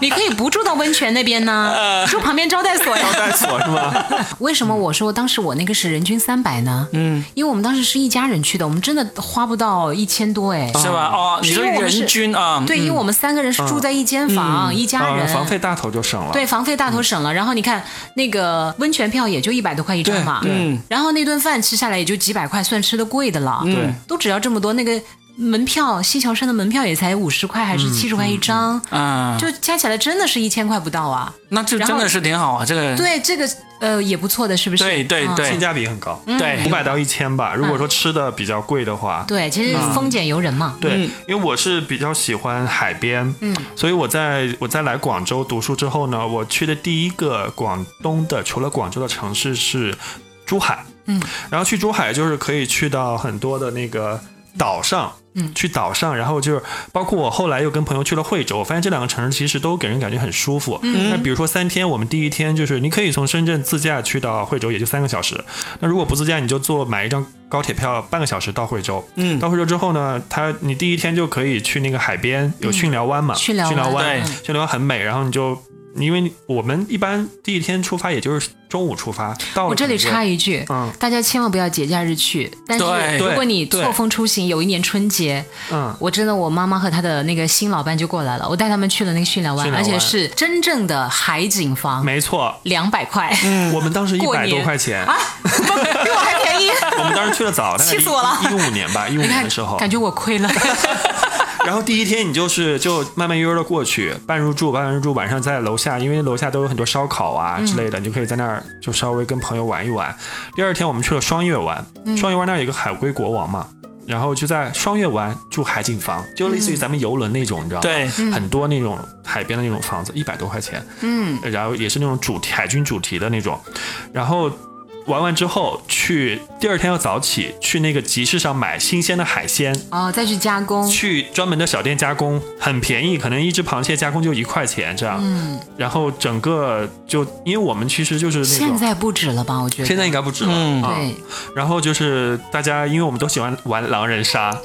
Speaker 2: 你可以不住到温泉 那边
Speaker 1: 啊
Speaker 2: 呢，住旁边招待所呀。
Speaker 3: 带锁是吧？
Speaker 2: 为什
Speaker 1: 嗯
Speaker 2: 么我说当时我那个是人均三百呢？嗯，因为我们当时是一家人去的，我们真的花不到一千多哎。
Speaker 1: 是吧？哦，你
Speaker 2: 是因
Speaker 1: 说
Speaker 2: 为我们是
Speaker 1: 人均啊，嗯
Speaker 2: 对，因为我们三个人是住在一间房，一 家
Speaker 3: 啊，
Speaker 2: 人。
Speaker 3: 房费大头就省了。
Speaker 2: 对，房费大头省了，然后你看那个温泉票也就一百多块一张嘛，嗯，然后那顿饭吃下来也就几百块，算吃的贵的了，
Speaker 1: 嗯
Speaker 3: 对，
Speaker 2: 都只要这么多。那个门票，西樵山的门票也才五十块还是七十块一张，
Speaker 1: 嗯，
Speaker 2: 就加起来真的是一千块不到啊。
Speaker 1: 那就真的是挺好啊，这个
Speaker 2: 对，这个呃也不错的，是不是？
Speaker 1: 对对
Speaker 2: 嗯
Speaker 1: 对
Speaker 3: 性价比很高，五
Speaker 1: 对，
Speaker 3: 百到一千吧。如果说吃的比较贵的话，
Speaker 2: 对，其
Speaker 3: 嗯
Speaker 2: 实丰俭由人嘛。
Speaker 3: 对，因为我是比较喜欢海边，嗯，所以我在我在来广州读书之后呢，我去的第一个广东的除了广州的城市是珠海，
Speaker 2: 嗯，
Speaker 3: 然后去珠海就是可以去到很多的那个岛上。
Speaker 2: 嗯
Speaker 3: 去岛上，然后就是包括我后来又跟朋友去了惠州，我发现这两个城市其实都给人感觉很舒服。嗯，那比如说三天，我们第一天就是你可以从深圳自驾去到惠州，也就三个小时。那如果不自驾，你就坐买一张高铁票，半个小时到惠州。
Speaker 1: 嗯
Speaker 3: 到惠州之后呢，它你第一天就可以去那个海边，有巽寮湾嘛，
Speaker 2: 巽嗯寮湾
Speaker 3: 湾，
Speaker 1: 对
Speaker 3: 巽寮湾很美。然后你就，因为我们一般第一天出发，也就是中午出发，到
Speaker 2: 我
Speaker 3: 了
Speaker 2: 这里
Speaker 3: 整个
Speaker 2: 插一句，
Speaker 3: 哦嗯
Speaker 2: 大家千万不要节假日去。但是
Speaker 1: 对
Speaker 2: 如果你
Speaker 3: 对
Speaker 2: 错峰出行，有一年春节，
Speaker 3: 嗯，
Speaker 2: 我真的我妈妈和她的那个新老伴就过来了，我带他们去了那个训练湾，
Speaker 3: 训练
Speaker 2: 而
Speaker 3: 湾
Speaker 2: 且是真正的海景房，
Speaker 3: 没嗯错，
Speaker 2: 两百块、
Speaker 3: 我们当时一
Speaker 2: 嗯过
Speaker 3: 百
Speaker 2: 年
Speaker 3: 多 块钱，
Speaker 2: 啊，比我还 便宜。
Speaker 3: 我们当时去的早，大概
Speaker 2: 气死我了
Speaker 3: 一五年吧，一五
Speaker 2: 你
Speaker 3: 年
Speaker 2: 看
Speaker 3: 的时候，，
Speaker 2: 感觉我亏 了。
Speaker 3: 然后第一天你就是就慢慢悠悠的过去，半入住半入住，晚上在楼下，因为楼下都有很多烧烤啊之类的，你就可以在那儿就稍微跟朋友玩一玩。第二天我们去了双月湾，双月湾那儿有个海龟国王嘛。然后就在双月湾住海景房，就类似于咱们游轮那种，你知道吗？
Speaker 1: 对，
Speaker 3: 很多那种海边的那种房子，一百多块钱。呃
Speaker 2: 嗯，
Speaker 3: 然后也是那种主题海军主题的那种，然后玩完之后去第二天要早起去那个集市上买新鲜的海鲜，
Speaker 2: 哦，再去加工，
Speaker 3: 去专门的小店加工，很便宜，可能一只螃蟹加工就一块钱这样。
Speaker 2: 嗯，
Speaker 3: 然后整个就因为我们其实就是那
Speaker 2: 现
Speaker 3: 种。
Speaker 2: 在不止了吧？我觉得
Speaker 3: 现在应该不止了，
Speaker 1: 嗯
Speaker 3: 啊
Speaker 2: 对，
Speaker 3: 然后就是大家，因为我们都喜欢玩狼 人杀，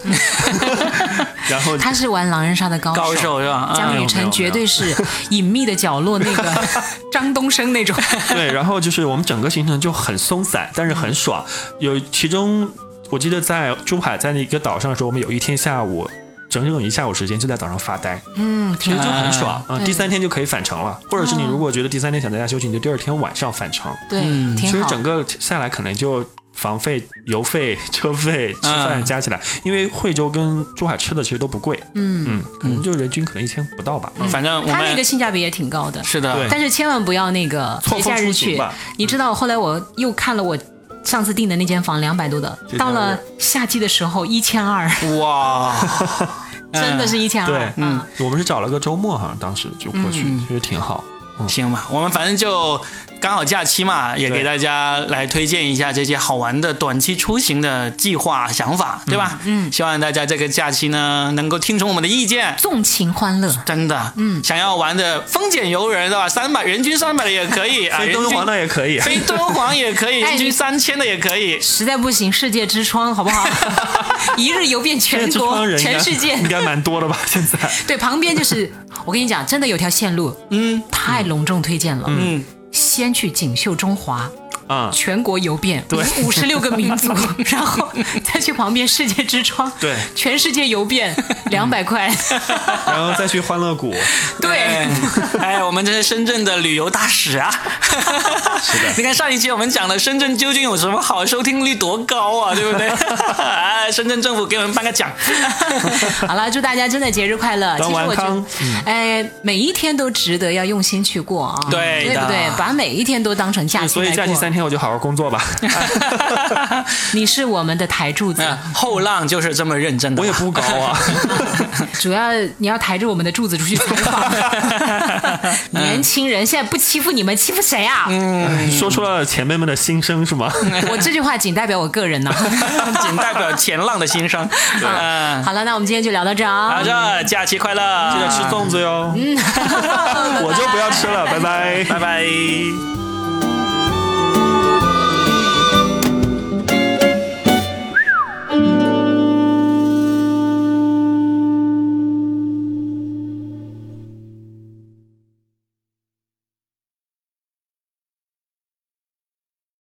Speaker 3: 然后
Speaker 2: 他是玩狼人杀的高
Speaker 1: 高手是吧？
Speaker 2: 江
Speaker 1: 嗯
Speaker 2: 雨
Speaker 3: 没有没有
Speaker 2: 晨绝对 是隐秘的角落那 个张东升那种。
Speaker 3: 对，然后就是我们整个行程就很松散，但是很爽。有其中我记得在珠海在那个岛上的时候，我们有一天下午整整一下午时间就在岛上发呆，
Speaker 2: 嗯，
Speaker 3: 其
Speaker 2: 挺
Speaker 3: 实就很
Speaker 1: 哎
Speaker 3: 爽啊。
Speaker 2: 对
Speaker 3: 第三天就可以返程了，或者是你
Speaker 2: 哦
Speaker 3: 如果觉得第三天想在家休息，你就第二天晚上返程。
Speaker 2: 对，
Speaker 1: 嗯
Speaker 2: 挺
Speaker 3: 其实
Speaker 2: 好。
Speaker 3: 整个下来可能就房费、油费、 车费、吃
Speaker 1: 嗯
Speaker 3: 饭加起来，因为惠州跟珠海吃的其实都不贵，
Speaker 2: 嗯，
Speaker 3: 嗯，可能就人均可能一千不到吧。嗯
Speaker 1: 反正我
Speaker 2: 它那个
Speaker 1: 们
Speaker 2: 性价比也挺高的，
Speaker 1: 是的，
Speaker 3: 对
Speaker 2: 但是千万不要那个
Speaker 3: 错
Speaker 2: 节
Speaker 3: 峰
Speaker 2: 假日
Speaker 3: 出行
Speaker 2: 去
Speaker 3: 吧。
Speaker 2: 你知道，后来我又看了我上次订的那间房，两百多的
Speaker 3: 节假，日
Speaker 2: 到了夏季的时候一千二，
Speaker 1: 哇，
Speaker 2: 真的是一千
Speaker 3: 对
Speaker 2: 二。嗯，
Speaker 3: 我们是找了个周末，好像当时就过去，其实挺好。
Speaker 1: 行吧，我们反正就刚好假期嘛，也
Speaker 3: 对
Speaker 1: 给大家来推荐一下这些好玩的短期出行的计划想法，对吧？嗯，希望大家这个假期呢能够听从我们的意见。
Speaker 2: 纵情欢乐，
Speaker 1: 真的，嗯，想要玩的丰俭由人，对吧？三百人均三百的也可以，啊，
Speaker 3: 飞敦煌
Speaker 1: 的，
Speaker 3: 那也可以，
Speaker 1: 非敦煌也可以，
Speaker 2: 哎
Speaker 1: 人均
Speaker 2: 你
Speaker 1: 三千的也可以。
Speaker 2: 实在不行世界之窗好不 好？一日游遍全
Speaker 3: 这帮
Speaker 2: 国、
Speaker 3: 人应该
Speaker 2: 全世界
Speaker 3: 应。该蛮多的吧？现 在
Speaker 2: 对，旁边就是 我跟你讲，真的有条线路，
Speaker 1: 嗯
Speaker 2: 太隆重推荐了。
Speaker 1: 嗯，
Speaker 2: 先去锦绣中华，
Speaker 3: 啊，
Speaker 2: 全国游遍，对，五十六个民 族， 然后再去旁边世界之窗，
Speaker 3: 对
Speaker 2: 全世界游 遍，两百块，
Speaker 3: 然后再去欢 乐谷，
Speaker 2: 对，
Speaker 1: 哎，我们这是深圳的旅游大使 啊！是的，你看上一期我们讲了深圳究竟有什么好，收听率多高啊，对不对？ 哎，深圳政府给我们颁个奖。
Speaker 2: 好了，祝大家真的节日快乐。其
Speaker 3: 端
Speaker 2: 实
Speaker 3: 完
Speaker 2: 我觉得
Speaker 3: 康，嗯
Speaker 2: 哎，每一天都值得要用心去过啊，
Speaker 1: 对的
Speaker 2: 不对？把每一天都当成假期
Speaker 3: 所
Speaker 2: 来
Speaker 3: 以
Speaker 2: 过。
Speaker 3: 假期三天我就好好工作吧。
Speaker 2: 你是我们的台柱子，
Speaker 1: 嗯，后浪就是这么认真的。
Speaker 3: 我也不高啊，
Speaker 2: 主要你要抬着我们的柱子出去采 访。年轻人现在不欺负你们，欺负谁啊？
Speaker 1: 嗯
Speaker 3: 说出了前辈们的心声是吗？
Speaker 2: 我这句话仅代表我个人呢、
Speaker 1: 仅代表前浪的心 声。嗯，
Speaker 2: 好了，那我们今天就聊到这儿啊
Speaker 1: 好。的，假期快乐，
Speaker 2: 嗯
Speaker 3: 记得吃粽子哟，我就不要吃了，拜拜。
Speaker 1: 拜拜。